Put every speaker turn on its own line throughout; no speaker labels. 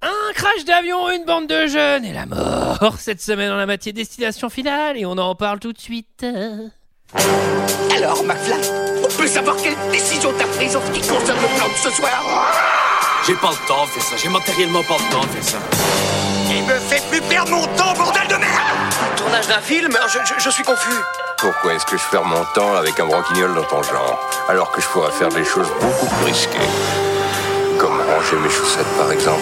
Un crash d'avion, une bande de jeunes et la mort cette semaine en la matière destination finale et on en parle tout de suite.
Alors, McFly, on peut savoir quelle décision t'as prise en ce qui concerne le plan de ce soir
J'ai pas le temps de faire ça, j'ai matériellement pas le temps de faire ça.
Il me fait plus perdre mon temps, bordel de merde
Tournage d'un film je, je- je suis confus.
Pourquoi est-ce que je perds mon temps avec un broquignol dans ton genre Alors que je pourrais faire des choses beaucoup plus risquées. Comme ranger mes chaussettes par exemple.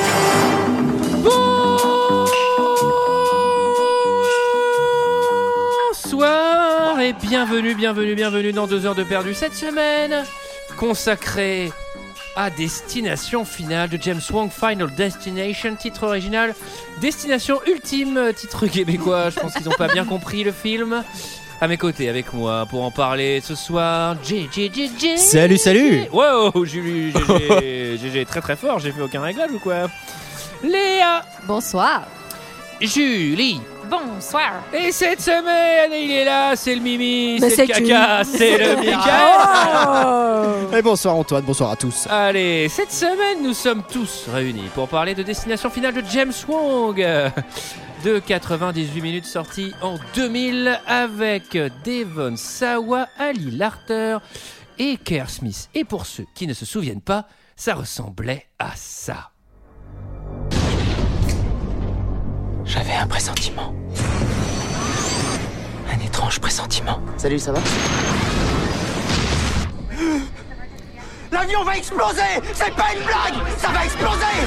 Bonsoir et bienvenue, bienvenue, bienvenue dans 2 heures de perdu cette semaine consacrée à Destination Finale de James Wong Final Destination, titre original Destination Ultime, titre québécois. Je pense qu'ils n'ont pas bien compris le film. À mes côtés, avec moi, pour en parler ce soir, JJJJ.
Salut, salut
Wow, j'ai lu GG, GG, très très fort, j'ai fait aucun réglage ou quoi Léa,
Bonsoir.
Julie,
Bonsoir.
et cette semaine, il est là, c'est le Mimi,
Mais
c'est le
c'est
caca, c'est le Michael.
Et bonsoir Antoine, bonsoir à tous.
Allez, cette semaine, nous sommes tous réunis pour parler de Destination Finale de James Wong. euh, De 98 minutes sorti en 2000 avec Devon Sawa, Ali Larter et Kerr Smith. Et pour ceux qui ne se souviennent pas, ça ressemblait à ça.
J'avais un pressentiment. Un étrange pressentiment.
Salut, ça va
L'avion va exploser C'est pas une blague Ça va exploser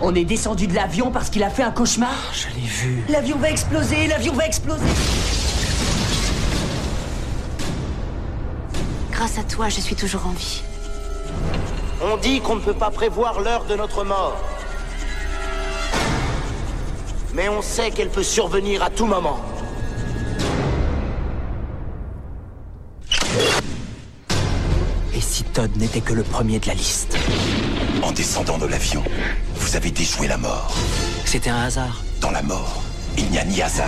On est descendu de l'avion parce qu'il a fait un cauchemar.
Je l'ai vu.
L'avion va exploser, l'avion va exploser.
Grâce à toi, je suis toujours en vie.
On dit qu'on ne peut pas prévoir l'heure de notre mort. Mais on sait qu'elle peut survenir à tout moment. Et si Todd n'était que le premier de la liste
En descendant de l'avion, vous avez déjoué la mort.
C'était un hasard.
Dans la mort, il n'y a ni hasard,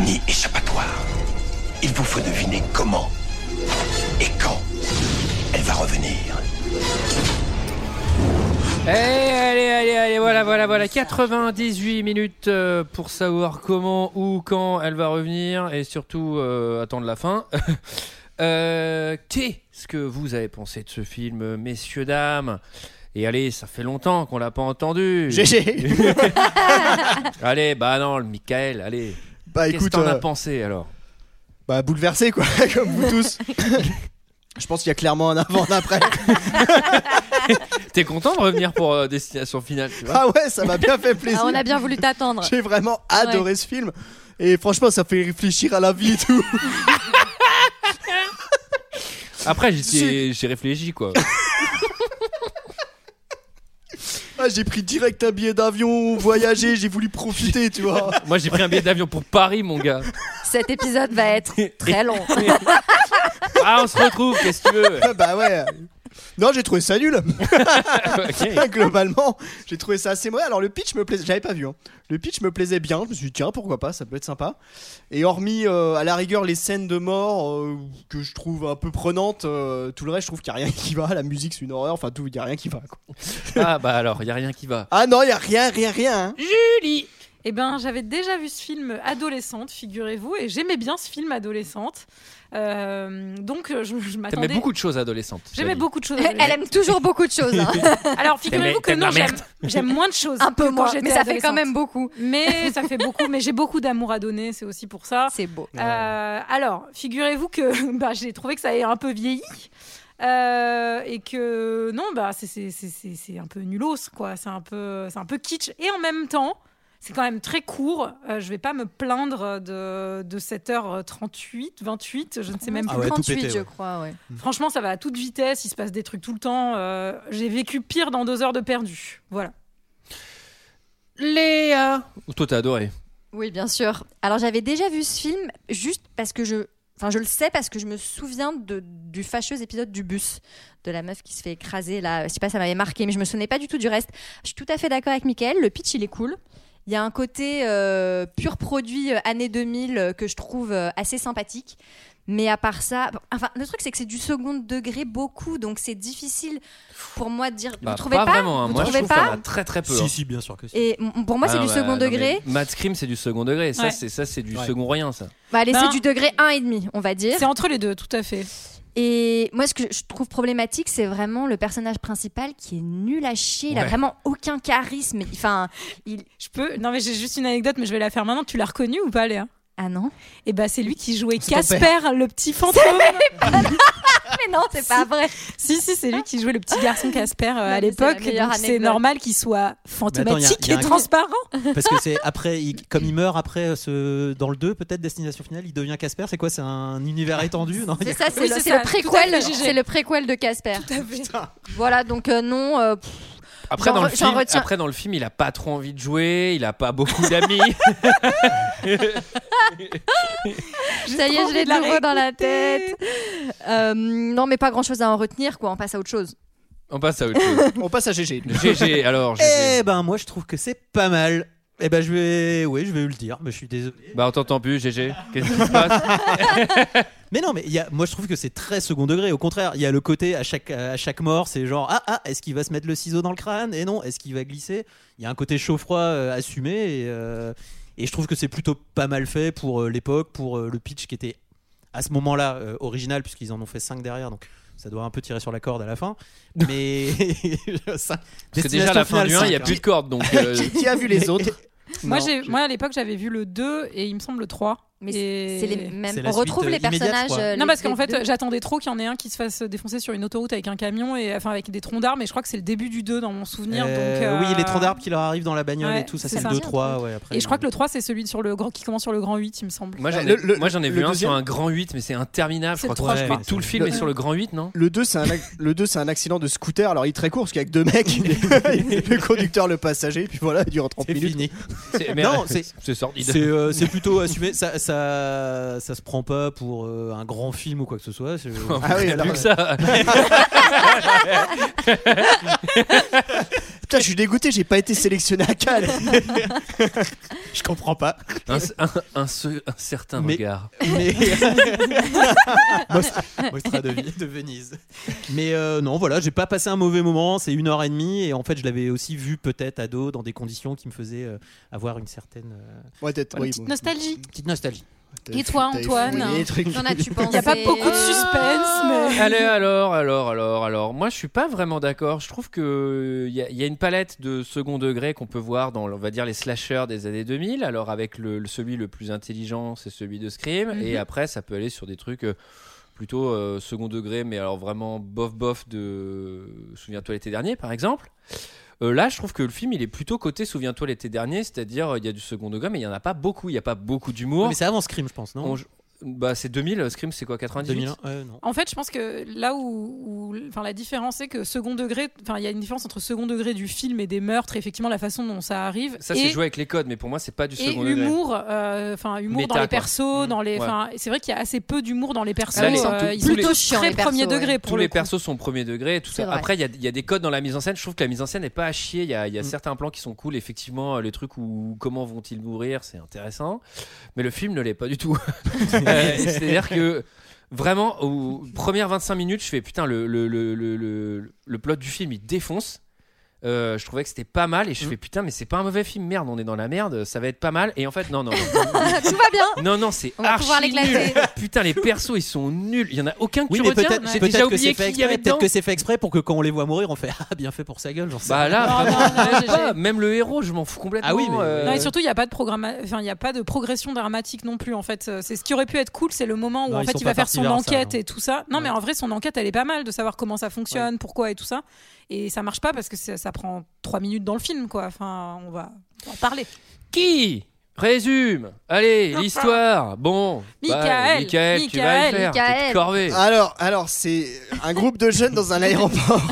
ni échappatoire. Il vous faut deviner comment et quand elle va revenir.
Eh, allez, allez, allez, voilà, voilà, voilà. 98 minutes euh, pour savoir comment, où, quand elle va revenir et surtout euh, attendre la fin. Euh, Qu'est-ce que vous avez pensé de ce film, messieurs, dames Et allez, ça fait longtemps qu'on l'a pas entendu.
GG
Allez, bah non, le Michael, allez.
Bah
Qu'est-ce que
écoute,
t'en as
euh,
pensé alors
bah bouleversé quoi, comme vous tous. Je pense qu'il y a clairement un avant, un après.
T'es content de revenir pour euh, Destination Finale, tu vois
Ah ouais, ça m'a bien fait plaisir.
Ah, on a bien voulu t'attendre.
J'ai vraiment adoré ce film. Et franchement, ça fait réfléchir à la vie et tout.
Après, j'y- j'ai réfléchi, quoi.
Ah, j'ai pris direct un billet d'avion, voyagé, j'ai voulu profiter, tu vois.
Moi, j'ai pris un billet d'avion pour Paris, mon gars.
Cet épisode va être très long.
Ah, on se retrouve, qu'est-ce que tu veux
Ah, bah ouais. Non, j'ai trouvé ça nul.
Ok.
Globalement, j'ai trouvé ça assez mauvais. Alors le pitch me plaisait, j'avais pas vu. hein. Le pitch me plaisait bien. Je me suis dit tiens pourquoi pas, ça peut être sympa. Et hormis euh, à la rigueur les scènes de mort euh, que je trouve un peu prenantes, euh, tout le reste je trouve qu'il y a rien qui va. La musique c'est une horreur. Enfin tout, il y a rien qui va. quoi.
Ah bah alors, il y a rien qui va.
Ah non, il y a rien, rien, rien. hein.
Julie
Eh ben, j'avais déjà vu ce film adolescente, figurez-vous, et j'aimais bien ce film adolescente. Euh, donc, euh, je,
Bah,
je m'attendais.
T'aimais beaucoup de choses adolescentes.
J'aimais
Julie.
beaucoup de choses.
Elle aime toujours beaucoup de choses. hein.
Alors, figurez-vous que
T'aimais-
non,
t'aimes la
j'aime j'aime moins de choses.
Un peu
que quand
moins,
j'étais
mais ça fait quand
adolescente.
même beaucoup.
Mais ça fait beaucoup, mais j'ai beaucoup d'amour à donner, c'est aussi pour ça.
C'est beau.
Euh, alors, figurez-vous que bah, j'ai trouvé que ça avait un peu vieilli. Euh, et que non, bah, c'est- c'est c'est- c'est- c'est un peu nulos, quoi. C'est un, peu- c'est un peu kitsch. Et en même temps, c'est quand même très court. Euh, je vais pas me plaindre de, de 7h38, 28, je ne sais même
Ah
plus.
ouais, tout
38,
pété, ouais.
je crois, ouais.
Franchement, ça va à toute vitesse, il se passe des trucs tout le temps. Euh, j'ai vécu pire dans deux heures de perdu. Voilà.
Léa Ou Toi, t'as adoré.
Oui, bien sûr. Alors, j'avais déjà vu ce film juste parce que je. Enfin, je le sais parce que je me souviens de, du fâcheux épisode du bus, de la meuf qui se fait écraser là. Je sais pas, ça m'avait marqué, mais je me souvenais pas du tout du reste. Je suis tout à fait d'accord avec Michael, le pitch il est cool. Il y a un côté euh, pur produit euh, années 2000 euh, que je trouve euh, assez sympathique. Mais à part ça, bon, enfin, le truc c'est que c'est du second degré beaucoup, donc c'est difficile pour moi de dire.
Bah,
vous trouvez pas,
vraiment, hein.
Vous
moi je
trouvez
trouve
pas
qu'il y en a très très peu. hein.
Si, si, bien sûr que si.
Et m- pour moi,
Ah
c'est
non,
du
bah,
second
non,
degré.
mais Mad Scream, c'est du second degré. Ça,
Ouais.
c'est ça, c'est du
Ouais.
second rien, ça.
Bah, allez,
Ben-
c'est du degré 1,5, on va dire.
C'est entre les deux, tout à fait.
Et moi, ce que je trouve problématique, c'est vraiment le personnage principal qui est nul à chier. Il a
Ouais.
vraiment aucun charisme. Enfin, il.
Je peux. Non, mais j'ai juste une anecdote, mais je vais la faire maintenant. Tu l'as reconnu ou pas, Léa
Ah non
Et bah, c'est lui qui jouait
C'est ton
Casper, le petit fantôme.
Mais non, c'est pas vrai.
si, si, c'est lui qui jouait le petit garçon Casper euh, à
mais c'est
l'époque.
la meilleure
donc C'est
anecdote.
normal qu'il soit fantomatique
y a
et
un-
transparent.
Parce que c'est après, il- comme il meurt après euh, ce, dans le 2, peut-être Destination Finale, il devient Casper. C'est quoi C'est un univers étendu non
C'est ça, c'est
Oui,
le,
c'est
c'est
ça,
le
tout à fait,
préquel.
GG.
C'est le préquel de Casper.
Tout à fait.
Voilà, donc euh, non. euh, pff,
Après
J'en
dans, le
re- j'en
film,
retiens-
après, dans le film, il a pas trop envie de jouer, il a pas beaucoup d'amis.
ça y est,
trop
je l'ai
envie
de
de la
nouveau dans la
réécouter.
tête. Euh, non, mais pas grand chose à en retenir, quoi. On passe à autre chose.
On passe à autre chose.
On passe à GG. lui.
GG, alors. GG.
Euh.
Eh ben, moi, je trouve que c'est pas mal. Eh ben, je vais, oui, je vais le dire, mais je suis désolé.
Bah, on t'entend plus, GG. Qu'est-ce qui se passe
Mais non, mais il y a, moi je trouve que c'est très second degré. Au contraire, il y a le côté à chaque, à chaque mort, c'est genre ah ah, est-ce qu'il va se mettre le ciseau dans le crâne Et non, est-ce qu'il va glisser Il y a un côté chaud-froid euh, assumé et, euh, et je trouve que c'est plutôt pas mal fait pour euh, l'époque, pour euh, le pitch qui était à ce moment-là euh, original puisqu'ils en ont fait 5 derrière donc. Ça doit un peu tirer sur la corde à la fin. Mais. ça-
Parce que déjà, à la fin
Destination
du 1, il n'y a
finale
plus de corde, donc. euh,
Qui, qui a vu les autres
Moi,
Non,
j'ai-
je-
moi, à l'époque, j'avais vu le 2 et il me semble le 3.
Mais
Et-
C'est les mêmes.
C'est la
On retrouve
suite,
les
euh, immédiate,
personnages.
quoi.
euh,
Non,
les-
parce qu'en
les
fait,
deux.
j'attendais trop qu'il y en ait un qui se fasse défoncer sur une autoroute avec un camion, et enfin avec des troncs d'armes, et je crois que c'est le début du 2 dans mon souvenir.
Euh,
donc, euh,
Oui, les troncs d'arbres qui leur arrivent dans la bagnole
ouais,
et tout, ça
c'est
c'est le
ça.
2-3. Ouais, après,
Et je crois que
euh,
le 3, c'est celui sur le grand, qui commence sur le grand 8, il me semble.
Moi j'en ai,
Ah, Le- le-
moi, j'en ai vu
le
un
deuxième-
sur un grand 8, mais c'est interminable. Je
C'est
crois
le
qu'on
trois,
je
je
crois
crois.
tout le film
Le-
est sur le grand 8, non
Le 2, c'est un, ac- le 2, c'est un accident de scooter. Alors, il est très court, parce qu'avec deux mecs, il est- le conducteur, le passager, et puis voilà, il dure 30
c'est
minutes.
fini.
C'est- mais, euh,
Non, c'est-
C'est sordide.
C'est euh, c'est plutôt assumé. Ça, ça, ça se prend pas pour euh, un grand film ou quoi que ce soit. C'est-
Ah oui, alors,
Plus que ça.
putain, je suis dégoûté, j'ai pas été sélectionné à Cannes.
Je comprends pas.
Un, un, un ce- un certain
Mais-
regard.
Mais. Most- Mostra de, Vi- de Venise. Mais euh, non, voilà, j'ai pas passé un mauvais moment. C'est une heure et demie. Et en fait, je l'avais aussi vu peut-être ado dans des conditions qui me faisaient euh, avoir une certaine. euh,
Ouais, peut-être,
Une
oui,
petite
bon.
nostalgie.
petite nostalgie.
T'avais
Et toi,
fou- t'avais
Antoine
fouillé les trucs.
T'en as-tu
Moi,
pensé
Il n'y a pas beaucoup de suspense,
Ah.
mais.
Allez, alors, alors, alors, alors. Moi, je suis pas vraiment d'accord. Je trouve que il y, a- il y a une palette de second degré qu'on peut voir dans, on va dire, les slashers des années 2000. Alors, avec le, le- celui le plus intelligent, c'est celui de Scream.
Mhm.
Et après, ça peut aller sur des trucs. euh, Plutôt euh, second degré, mais alors vraiment bof bof de Souviens-toi l'été dernier, par exemple. Euh, là, je trouve que le film, il est plutôt côté Souviens-toi l'été dernier, c'est-à-dire euh, il y a du second degré, mais il n'y en a pas beaucoup, il n'y a pas beaucoup d'humour.
Ah, Mais c'est avant Scream, je pense, non
On- Bah, c'est 2000, euh, Scream, c'est quoi, 98
2001 ouais, non.
En fait, je pense que là où, où- enfin, la différence c'est que second degré, enfin, il y a une différence entre second degré du film et des meurtres, et effectivement la façon dont ça arrive,
Ça,
et,
c'est joué avec les codes, mais pour moi, c'est pas du
et
second degré.
humour, euh, enfin, humour
Méta,
dans
quoi.
les persos,
Mmh.
dans les,
Ouais.
enfin, c'est vrai qu'il y a assez peu d'humour dans les persos.
Ah,
Là, les-
euh,
tous
ils sont
les-
tous
chiants,
très
les persos,
premier
ouais.
degré pour
Tous
le
les
coup.
persos sont premier degré. Tout
C'est
ça.
vrai.
Après, il y a- il y, a des codes dans la mise en scène. Je trouve que la mise en scène n'est pas à chier. Il y a, il y a
Mm.
certains plans qui sont cool. Effectivement, le truc où comment vont-ils mourir, c'est intéressant. Mais le film ne l'est pas du tout. Euh, C'est-à-dire que vraiment, aux premières 25 minutes, je fais putain, le, le, le, le, le- le plot du film, il défonce. Euh, je trouvais que c'était pas mal et je
Mm.
fais putain mais c'est pas un mauvais film merde on est dans la merde ça va être pas mal et en fait non non
Tout va bien.
non non, non c'est
On va pouvoir
archi
l'éclater.
nul putain les persos ils sont nuls il y en a aucun que
Oui,
tu
mais
retiens
peut-être
j'ai
peut-être
déjà
que c'est
oublié
fait
qui y avait
exprès. Peut-être
dedans
que c'est fait exprès pour que quand on les voit mourir, on fait ah bien fait pour sa gueule. J'en sais
Bah là,
Non,
vraiment,
non,
même
non,
pas.
j'ai-
même le héros, je m'en fous complètement.
Ah oui, mais-
euh,
Non, et surtout, il n'y a pas de programme, enfin, il y a pas de progression dramatique non plus. En fait, Euh, c'est ce qui aurait pu être cool, c'est le moment où
Non,
en
ils
fait
sont
il
pas
va faire
partis
son
vers ça,
enquête
non.
et tout ça. Non, mais en vrai, son enquête, elle est pas mal de savoir comment ça fonctionne, pourquoi et tout ça. Et ça marche pas parce que ça, ça prend trois minutes dans le film, quoi. Enfin, on va en parler.
Qui Résume Allez,
Enfin.
l'histoire Bon, Bah,
Michael,
Michael, tu vas
Michael,
le faire,
Michael.
t'es de
Eh.
corvée.
Alors, alors c'est un groupe de jeunes dans un aéroport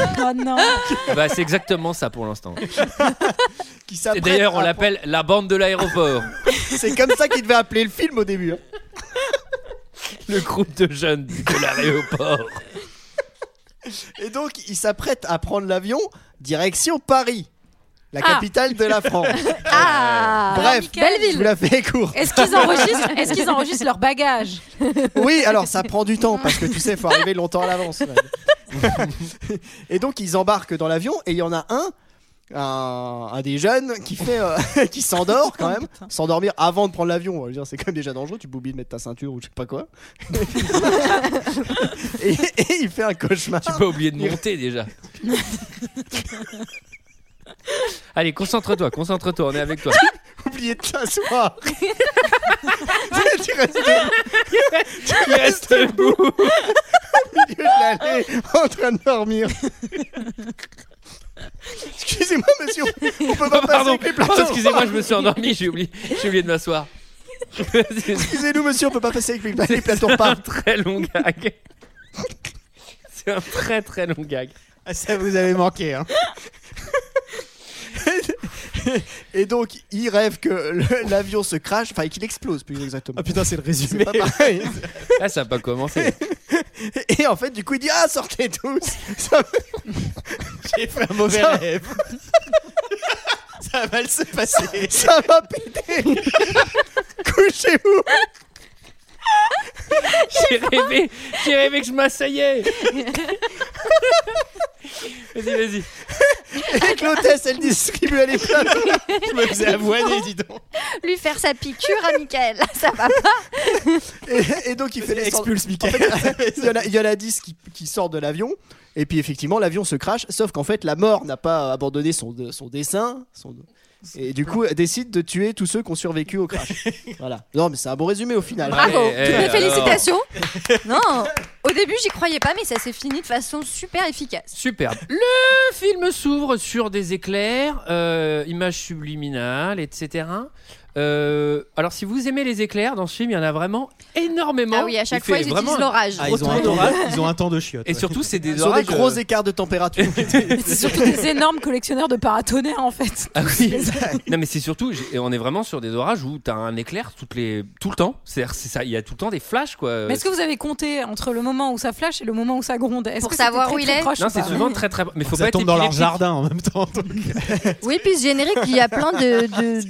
oh non.
Ah.
Bah, c'est exactement ça pour l'instant.
qui
Et
s'apprête.
D'ailleurs, on
à-
l'appelle la bande de l'aéroport.
C'est comme ça qu'il devait appeler le film au début. hein.
le groupe de jeunes de l'aéroport.
Et donc, ils s'apprêtent à prendre l'avion direction Paris. La
Ah.
capitale de la France.
Ah
Bref,
Belleville.
je vous la fais court.
Est-ce qu'ils enregistrent, est-ce qu'ils enregistrent leur bagage
Oui, alors ça prend du temps parce que tu sais, faut arriver longtemps à l'avance. ouais. et donc ils embarquent dans l'avion et il y en a un, un, un des jeunes qui fait, euh, qui s'endort quand même, s'endormir avant de prendre l'avion. Je veux dire, c'est quand même déjà dangereux. Tu peux oublier de mettre ta ceinture ou je sais pas quoi. et, et il fait un cauchemar.
Tu peux oublier de monter déjà. Allez, concentre-toi, concentre-toi, on est avec toi.
Oublier de t'asseoir. tu restes, tu restes
debout
au milieu de l'allée en train de dormir. Excusez-moi, monsieur, on peut pas
Oh, pardon,
passer avec les
Pardon,
plateaux.
excusez-moi, je me suis endormi, j'ai oublié, j'ai oublié de m'asseoir. C'est
Excusez-nous, monsieur, on peut pas passer avec les plateaux. Les plateaux
un
partent.
très long gag. C'est un très très long gag.
Ah, ça vous avez manqué. Hein. Et donc, il rêve que le- l'avion se crache, enfin qu'il explose plus exactement.
Ah putain, c'est le
C'est
résumé.
pas pareil.
Ah, ça n'a pas commencé.
Et en fait, du coup, il dit Ah, sortez tous Ça-
J'ai fait un mauvais
Ça-
rêve. Ça va mal se passer.
Ça va péter Couchez-vous
J'ai rêvé, j'ai rêvé que je m'assaillais. Vas-y, vas-y.
Et que l'hôtesse, elle distribue les plateaux
Je me faisais avoiner, dis donc.
Lui faire sa piqûre à Michael, ça va pas.
et, et donc, il fait descendre-
Expulse
En
Mickaël.
fait, il, y en a, il y en a 10 qui, qui sortent de l'avion, et puis effectivement, l'avion se crache, sauf qu'en fait, la mort n'a pas abandonné son, de- son dessin, son- et du coup, elle décide de tuer tous ceux qui ont survécu au crash. voilà. Non, mais c'est un bon résumé au final.
Bravo.
Bravo.
eh,
Mais
alors.
félicitations. non, au début, j'y croyais pas, mais ça s'est fini de façon super efficace.
Superbe. Le film s'ouvre sur des éclairs, euh, images subliminales, etc. Euh, alors, si vous aimez les éclairs dans ce film, il y en a vraiment énormément.
Ah oui, à chaque
Il fait
fois, ils
vraiment-
utilisent l'orage.
Ah, ils, ont un
Retour
temps,
d'orage.
ils ont un temps de chiotte.
Et surtout, c'est des
Sur des
orages.
gros
euh,
écarts de température.
C'est surtout des énormes collectionneurs de paratonnerres en fait.
Ah oui. non mais c'est surtout, j'ai- et on est vraiment sur des orages où t'as un éclair toutes les, tout le temps. C'est-à-dire, c'est ça, il y a tout le temps des flashs quoi.
Mais est-ce que vous avez compté entre le moment où ça flash et le moment où ça gronde Est-ce
Pour
que c'était
savoir
très,
où il
très
est
proche
Non,
ou
c'est
pas
souvent très très. Mais faut
ça
pas
tombe
être
dans leur
épileptique.
jardin en même temps. donc. euh,
Oui, puis ce générique, il y a plein de. de-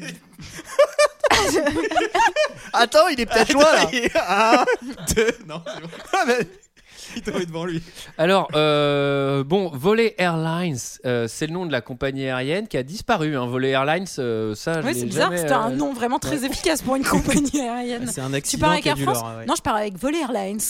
Attends, il est peut-être loin là.
Ah, deux, non, c'est bon. Ah, mais... Il tombait devant lui.
Alors euh, bon, Volet Airlines, euh, c'est le nom de la compagnie aérienne qui a disparu. Hein. Volet Airlines, euh, ça. je
Oui,
l'ai
c'est bizarre,
jamais,
c'était un
euh,
nom vraiment très efficace pour une compagnie aérienne.
C'est un
Ah, Tu
accident
pars avec
qui a
Air
dû
France
leur- ouais.
Non, je pars avec Voler Airlines.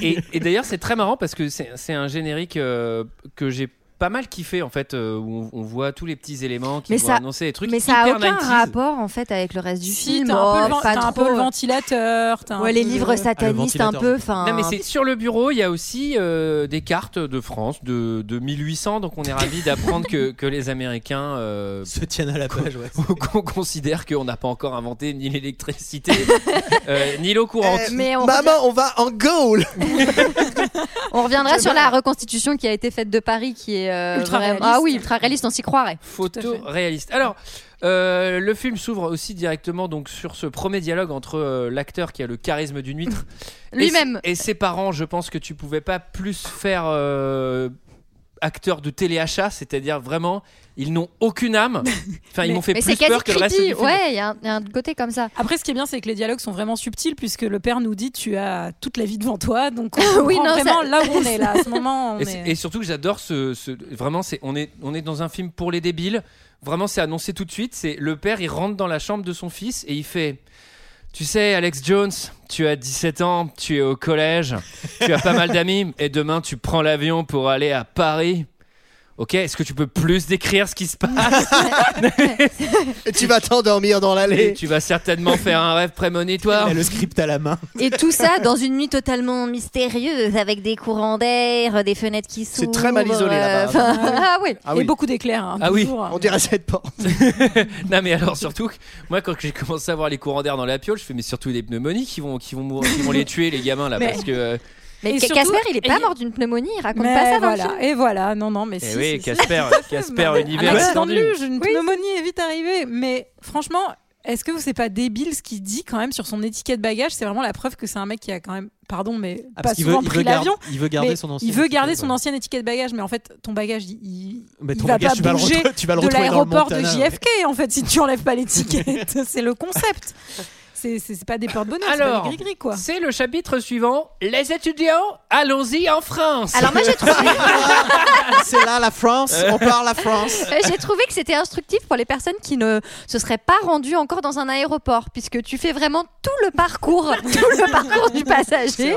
et, et d'ailleurs, c'est très marrant parce que c'est c'est un générique euh, que j'ai pas mal kiffé en fait, euh, où on, on voit tous les petits éléments qui
Mais
vont
ça-
annoncer des trucs.
Mais ça a
hyper
aucun
90s.
rapport en fait avec le reste du
Si,
film.
t'as un, peu
Oh,
le vent-
pas
t'as un peu
trop.
le ventilateur. t'as un
Ouais, les
peu le-
Ah,
livres satanistes, un
ventilateur.
peu. Enfin.
Non mais c'est sur le bureau, il y a aussi euh, des cartes de France de, de 1800, donc on est ravi d'apprendre que, que les Américains euh,
Se tiennent à la page, ouais.
qu'on considère qu'on n'a pas encore inventé ni l'électricité euh, ni l'eau courante.
Eh,
Mais on-
Maman, on va en Gaule.
On reviendra sur la reconstitution qui a été faite de Paris, qui est euh,
Ultra
vraiment-
réaliste.
Ah oui, ultra réaliste, on s'y croirait.
Photo
Tout
réaliste. Alors, euh, le film s'ouvre aussi directement donc sur ce premier dialogue entre euh, l'acteur qui a le charisme d'une huître et
Lui-même.
ses- et, ses parents. Je pense que tu pouvais pas plus faire euh, acteur de téléachat, c'est-à-dire vraiment, ils n'ont aucune âme. Enfin, ils
Mais-
m'ont fait
Mais c'est
plus
quasi
peur que le reste du
creepy.
film.
Ouais, il y, a un- il y a un côté comme ça.
Après, ce qui est bien, c'est que les dialogues sont vraiment subtils puisque le père nous dit tu as toute la vie devant toi, donc on
Oui,
comprend
non, ça-
vraiment là où on est là. À ce moment, on
Et,
est-
c'est- et surtout que j'adore ce, ce- vraiment c'est on est on est dans un film pour les débiles. Vraiment c'est annoncé tout de suite, c'est le père il rentre dans la chambre de son fils et il fait tu sais, Alex Jones, tu as 17 ans, tu es au collège, tu as pas mal d'amis, et demain tu prends l'avion pour aller à Paris. Ok, est-ce que tu peux plus décrire ce qui se passe
Et tu vas t'endormir dans
Et
l'allée.
tu vas certainement faire un rêve prémonitoire.
Il a le script à la main.
Et tout ça dans une nuit totalement mystérieuse, avec des courants d'air, des fenêtres qui s'ouvrent.
C'est très mal isolé, là-bas.
euh, enfin, ah oui.
Ah
et
oui.
beaucoup d'éclairs. hein,
Ah oui.
toujours.
On dirait cette porte.
Non mais alors surtout, que moi quand j'ai commencé à voir les courants d'air dans la piole, je fais mais surtout des pneumonies qui vont qui vont mourir, qui vont les tuer les gamins là
Mais-
parce que euh,
Mais
Et
Ca-
surtout-
Casper, il est
et
pas
il-
mort d'une pneumonie, il raconte
Mais
pas ça dans le
voilà,
film.
et voilà, non, non, mais
Eh
si,
oui,
si, si.
Casper, Casper,
Un
univers
accident de
étendu.
luge, une pneumonie est vite arrivée, mais franchement, Est-ce que c'est pas débile ce qu'il dit quand même sur son étiquette bagage C'est vraiment la preuve que c'est un mec qui a quand même, pardon, mais
Ah,
pas
parce qu'il veut-
souvent
il
pris
veut gar-
l'avion.
il veut garder
mais
son ancienne
Il veut
étiquette,
garder son
ouais.
ancienne étiquette bagage, mais en fait, ton bagage, il, il-
Mais
il
ton
va
bagage,
pas
tu vas le
bouger
retrouver- tu vas le
de
retrouver dans le
l'aéroport de
Montana,
JFK en fait si tu enlèves pas l'étiquette. c'est le concept. C'est c'est- c'est pas des portes bonheur.
Alors, Euh,
c'est pas des gris-gris, quoi.
c'est le chapitre suivant. Les étudiants, allons-y en France.
Alors moi j'ai trouvé,
C'est là la France, on parle la France.
j'ai trouvé que c'était instructif pour les personnes qui ne se seraient pas rendues encore dans un aéroport, puisque tu fais vraiment tout le parcours, tout le parcours du passager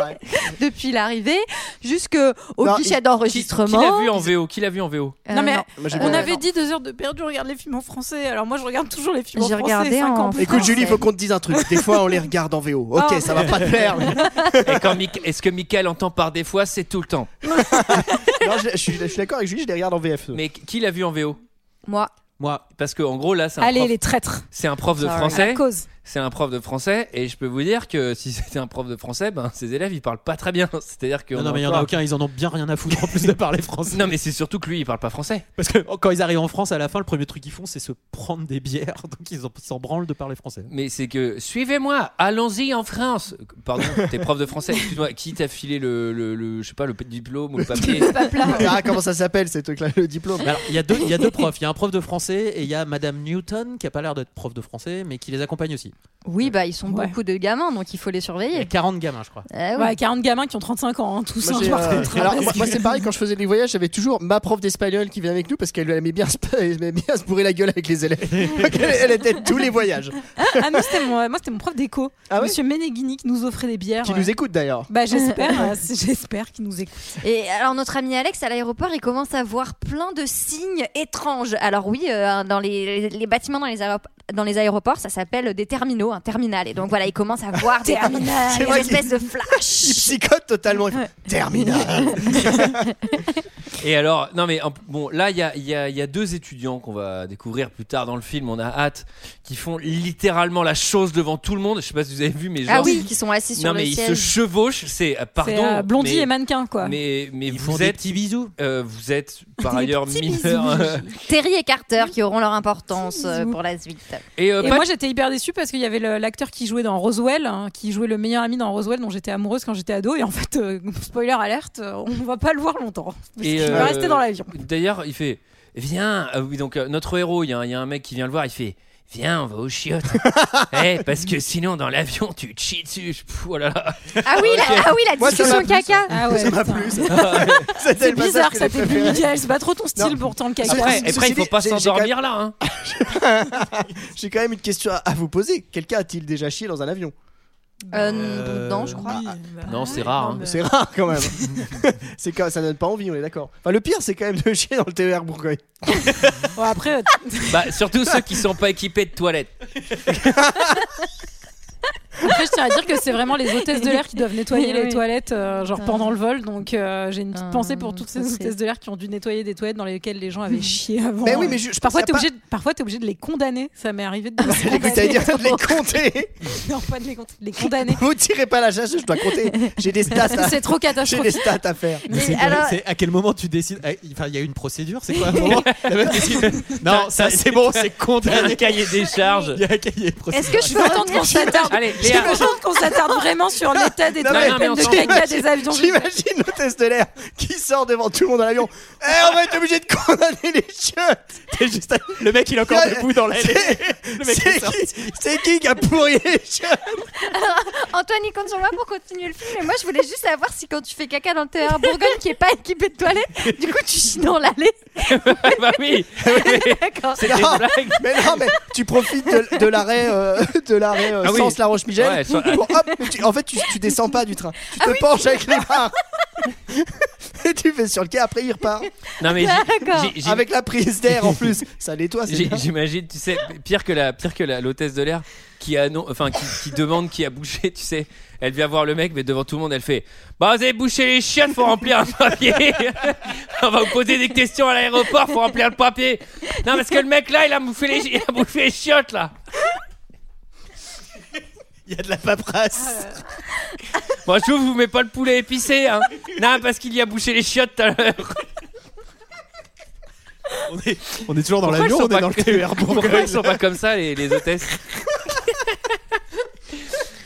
depuis l'arrivée jusqu'au
Non,
guichet
Qui l'a vu
d'enregistrement.
en VO Qui l'a vu en VO
Euh,
non mais
Moi, j'ai
on
pas-
avait dit deux heures de perdu. Regarde les films en français. Alors moi je regarde toujours les films en
J'ai
français.
regardé
cinq
en-
ans plus
Écoute,
tard.
Écoute, Julie, il faut qu'on te dise un truc. Des fois, on les regarde en VO. Ok,
Ah,
Oh.
ça va pas te plaire. mais-
Et quand Mick- est-ce que Michael entend par des fois C'est tout le temps.
Non, je, je suis, je suis d'accord avec Julie, je les regarde en VF.
Mais qui l'a vu en VO
Moi,
Moi,
Parce que en Ah gros là, c'est un,
Allez
prof-
les traîtres.
c'est un prof de
Sorry.
À la
français.
cause.
C'est un prof de français et je peux vous dire que si c'était un prof de français, ben ses élèves ils parlent pas très bien. C'est-à-dire que
non,
on
non, mais il y en a
encore-
aucun, ils en ont bien rien à foutre en plus de parler français.
Non mais c'est surtout que lui il parle pas français.
Parce que oh, quand ils arrivent en France, à la fin, le premier truc qu'ils font, c'est se prendre des bières. Donc ils en- ils s'en branlent de parler français.
Mais c'est que suivez-moi, allons-y en France. Pardon, t'es prof de français. Excuse-moi, qui t'a filé le, le, le- je sais pas le diplôme ou le papier
Ah, comment ça s'appelle ces trucs-là, le diplôme
Mais alors, Il y, a deux- il y a deux profs. Il y a un prof de français et il y a Madame Newton qui a pas l'air d'être prof de français, mais qui les accompagne aussi.
oui bah ils sont
Ouais.
beaucoup de gamins donc il faut les
Il y a
surveiller.
40 gamins, je crois.
Eh oui.
Ouais, 40 gamins qui ont 35 ans, hein, tous.
Moi,
hein,
j'ai,
par
euh,
contre, hein,
alors,
parce
moi, moi,
que-
c'est pareil, quand je faisais des voyages, j'avais toujours ma prof d'espagnol qui venait avec nous parce qu'elle aimait bien, se- elle aimait bien se bourrer la gueule avec les élèves. Donc, elle, elle était de tous les voyages.
Ah, nous, c'était mon, moi, c'était mon prof d'éco.
Ah ouais
Monsieur Meneghini qui nous offrait des bières.
Qui
ouais.
nous écoute d'ailleurs.
bah, j'espère, euh, c'est- j'espère qu'il nous écoute.
Et alors notre ami Alex à l'aéroport, il commence à voir plein de signes étranges. Alors oui, euh, dans les, les- les bâtiments dans les, aéroports, dans les aéroports, ça s'appelle des terminaux, un terminal. Et donc voilà, il commence à voir des,
C'est
des
vrai
espèces de
Il
flash.
psychote totalement. Il fait, Terminal.
Et alors, non mais en- bon, là il y a, il y a- il y a deux étudiants qu'on va découvrir plus tard dans le film. On a hâte qui font littéralement la chose devant tout le monde. Je sais pas si vous avez vu, mais genre,
Ah oui, qui sont assis sur
non
le
mais ils se
siège.
chevauchent. C'est euh, pardon,
C'est euh, Blondie
mais-
et mannequin, quoi.
Mais, mais
Ils font
vous
des
êtes,
petits bisous.
euh, vous êtes par
Des
ailleurs
petits
mineur.
bisous.
euh,
Terry et Carter qui auront leur importance
Bisous.
euh, pour la suite.
et euh,
Et
pas-
moi j'étais hyper déçue parce qu'il y avait le- l'acteur qui jouait dans Roswell, hein, qui jouait le meilleur ami dans Roswell dont j'étais amoureuse quand j'étais ado. Et en fait, euh, spoiler alerte, euh, on va pas le voir longtemps. Parce
Et,
qu'il va
euh,
rester dans l'avion.
D'ailleurs, il fait Viens, Ah oui, donc euh, notre héros, il y, a un- il y a un mec qui vient le voir, il fait Viens, on va au chiottes. Eh, parce que sinon, dans l'avion, tu te chies dessus. Je- Pff, oh là là.
Ah oui, la, ah oui, la
Moi, ça
discussion
m'a plu,
caca.
Ah ouais,
Ça m'a
putain.
plu. ça. C'était
C'est
le passage
bizarre,
que
ça
j'ai
t'est plus
préféré.
Michael, c'est pas trop ton style
Non.
pourtant le
Ceci-
caca.
Après,
ceci
après, il faut
dit,
pas
j'ai- j'ai
s'endormir là. hein.
J'ai quand même une question à- à vous poser. Quelqu'un a-t-il déjà chié dans un avion
Euh, non, je crois.
Oui, bah,
Non, c'est rare, hein.
mais-
C'est rare quand même. c'est quand ça donne pas envie, on est d'accord. Enfin, le pire, c'est quand même de chier dans le TER Bourgogne.
Bon, après, euh,
Bah, surtout ceux qui sont pas équipés de toilettes.
Après, je tiens à dire que c'est vraiment les hôtesses de l'air qui doivent nettoyer les
Oui.
toilettes, euh, genre
Putain.
pendant le vol. Donc, euh, j'ai une petite
Putain,
pensée pour toutes
ça,
ces
c'est-
hôtesses de l'air qui ont dû nettoyer des toilettes dans lesquelles les gens avaient chié avant.
Mais Ben oui, mais je, je
Parfois,
pensais
t'es
à
obligé, de- parfois, t'es obligé de les condamner. Ça m'est arrivé de
pas- Ah, J'ai cru que t'allais dire de les compter.
non, pas de les, con- les condamner.
Vous tirez pas la chasse, je dois compter. J'ai des stats.
Parce que
À...
c'est trop
J'ai des
catastrophique.
stats à faire.
Mais c'est quoi-
alors-
c'est à quel moment tu décides Ah, il- Enfin, il y a une procédure, c'est quoi à un moment La meuf décide, Non, ça c'est bon, c'est
T'as un
condamné.
cahier des charges.
Il y a un cahier de procédure.
Est-ce que je
Je
peux
suis contente
retenir
qu'on s'attarde.
Allez,
Je suis
Léa,
contente qu'on s'attarde vraiment sur l'état des
Non,
toilettes
mais-
pleines de
non, mais
caca des avions.
J'imagine l'hôtesse de l'air qui sort devant tout le monde dans l'avion. Eh, on va être obligé de condamner les chiottes.
T'es juste à- Le mec, il est encore debout dans l'allée. Le mec
C'est
est sorti.
qui, c'est qui qui a pourri les chiottes
Antoine, il compte sur moi pour continuer le film. Et moi, je voulais juste savoir si quand tu fais caca dans le terrain Bourgogne qui est pas équipé de toilettes, du coup, tu chies dans l'allée.
bah oui.
D'accord.
C'est des
Non.
blagues.
Mais non, mais tu profites de, de l'arrêt, euh, de l'arrêt euh,
Ah oui.
Sens La Roche Migel.
Ouais, Ah ça-
en fait, tu, tu descends pas du train. Tu te penches avec les barres. Et tu fais sur le quai, après il repart.
Non, mais j'ai-
D'accord.
j'ai- j'ai-
Avec la prise d'air en plus. Ça nettoie, Ah, c'est
j'ai-
bien.
j'imagine, tu sais, pire que la, pire que la l'hôtesse de l'air qui a non, enfin qui, qui demande qui a bouché, tu sais, elle vient voir le mec, mais devant tout le monde, elle fait, bah vous avez bouché les chiottes, faut remplir un papier. On va vous poser des questions à l'aéroport, faut remplir le papier. Non, parce que le mec là, il a bouffé les, il a bouffé les chiottes là.
Il y a de la paperasse.
Ah Moi, je vous mets pas le poulet épicé, hein. Non, parce qu'il y a bouché les chiottes tout à l'heure.
On est, on est toujours dans
Pourquoi
l'avion,
ils sont
on est
pas-
dans le E TER
Pourquoi
Bourgogne.
ils sont pas comme ça les, les hôtesses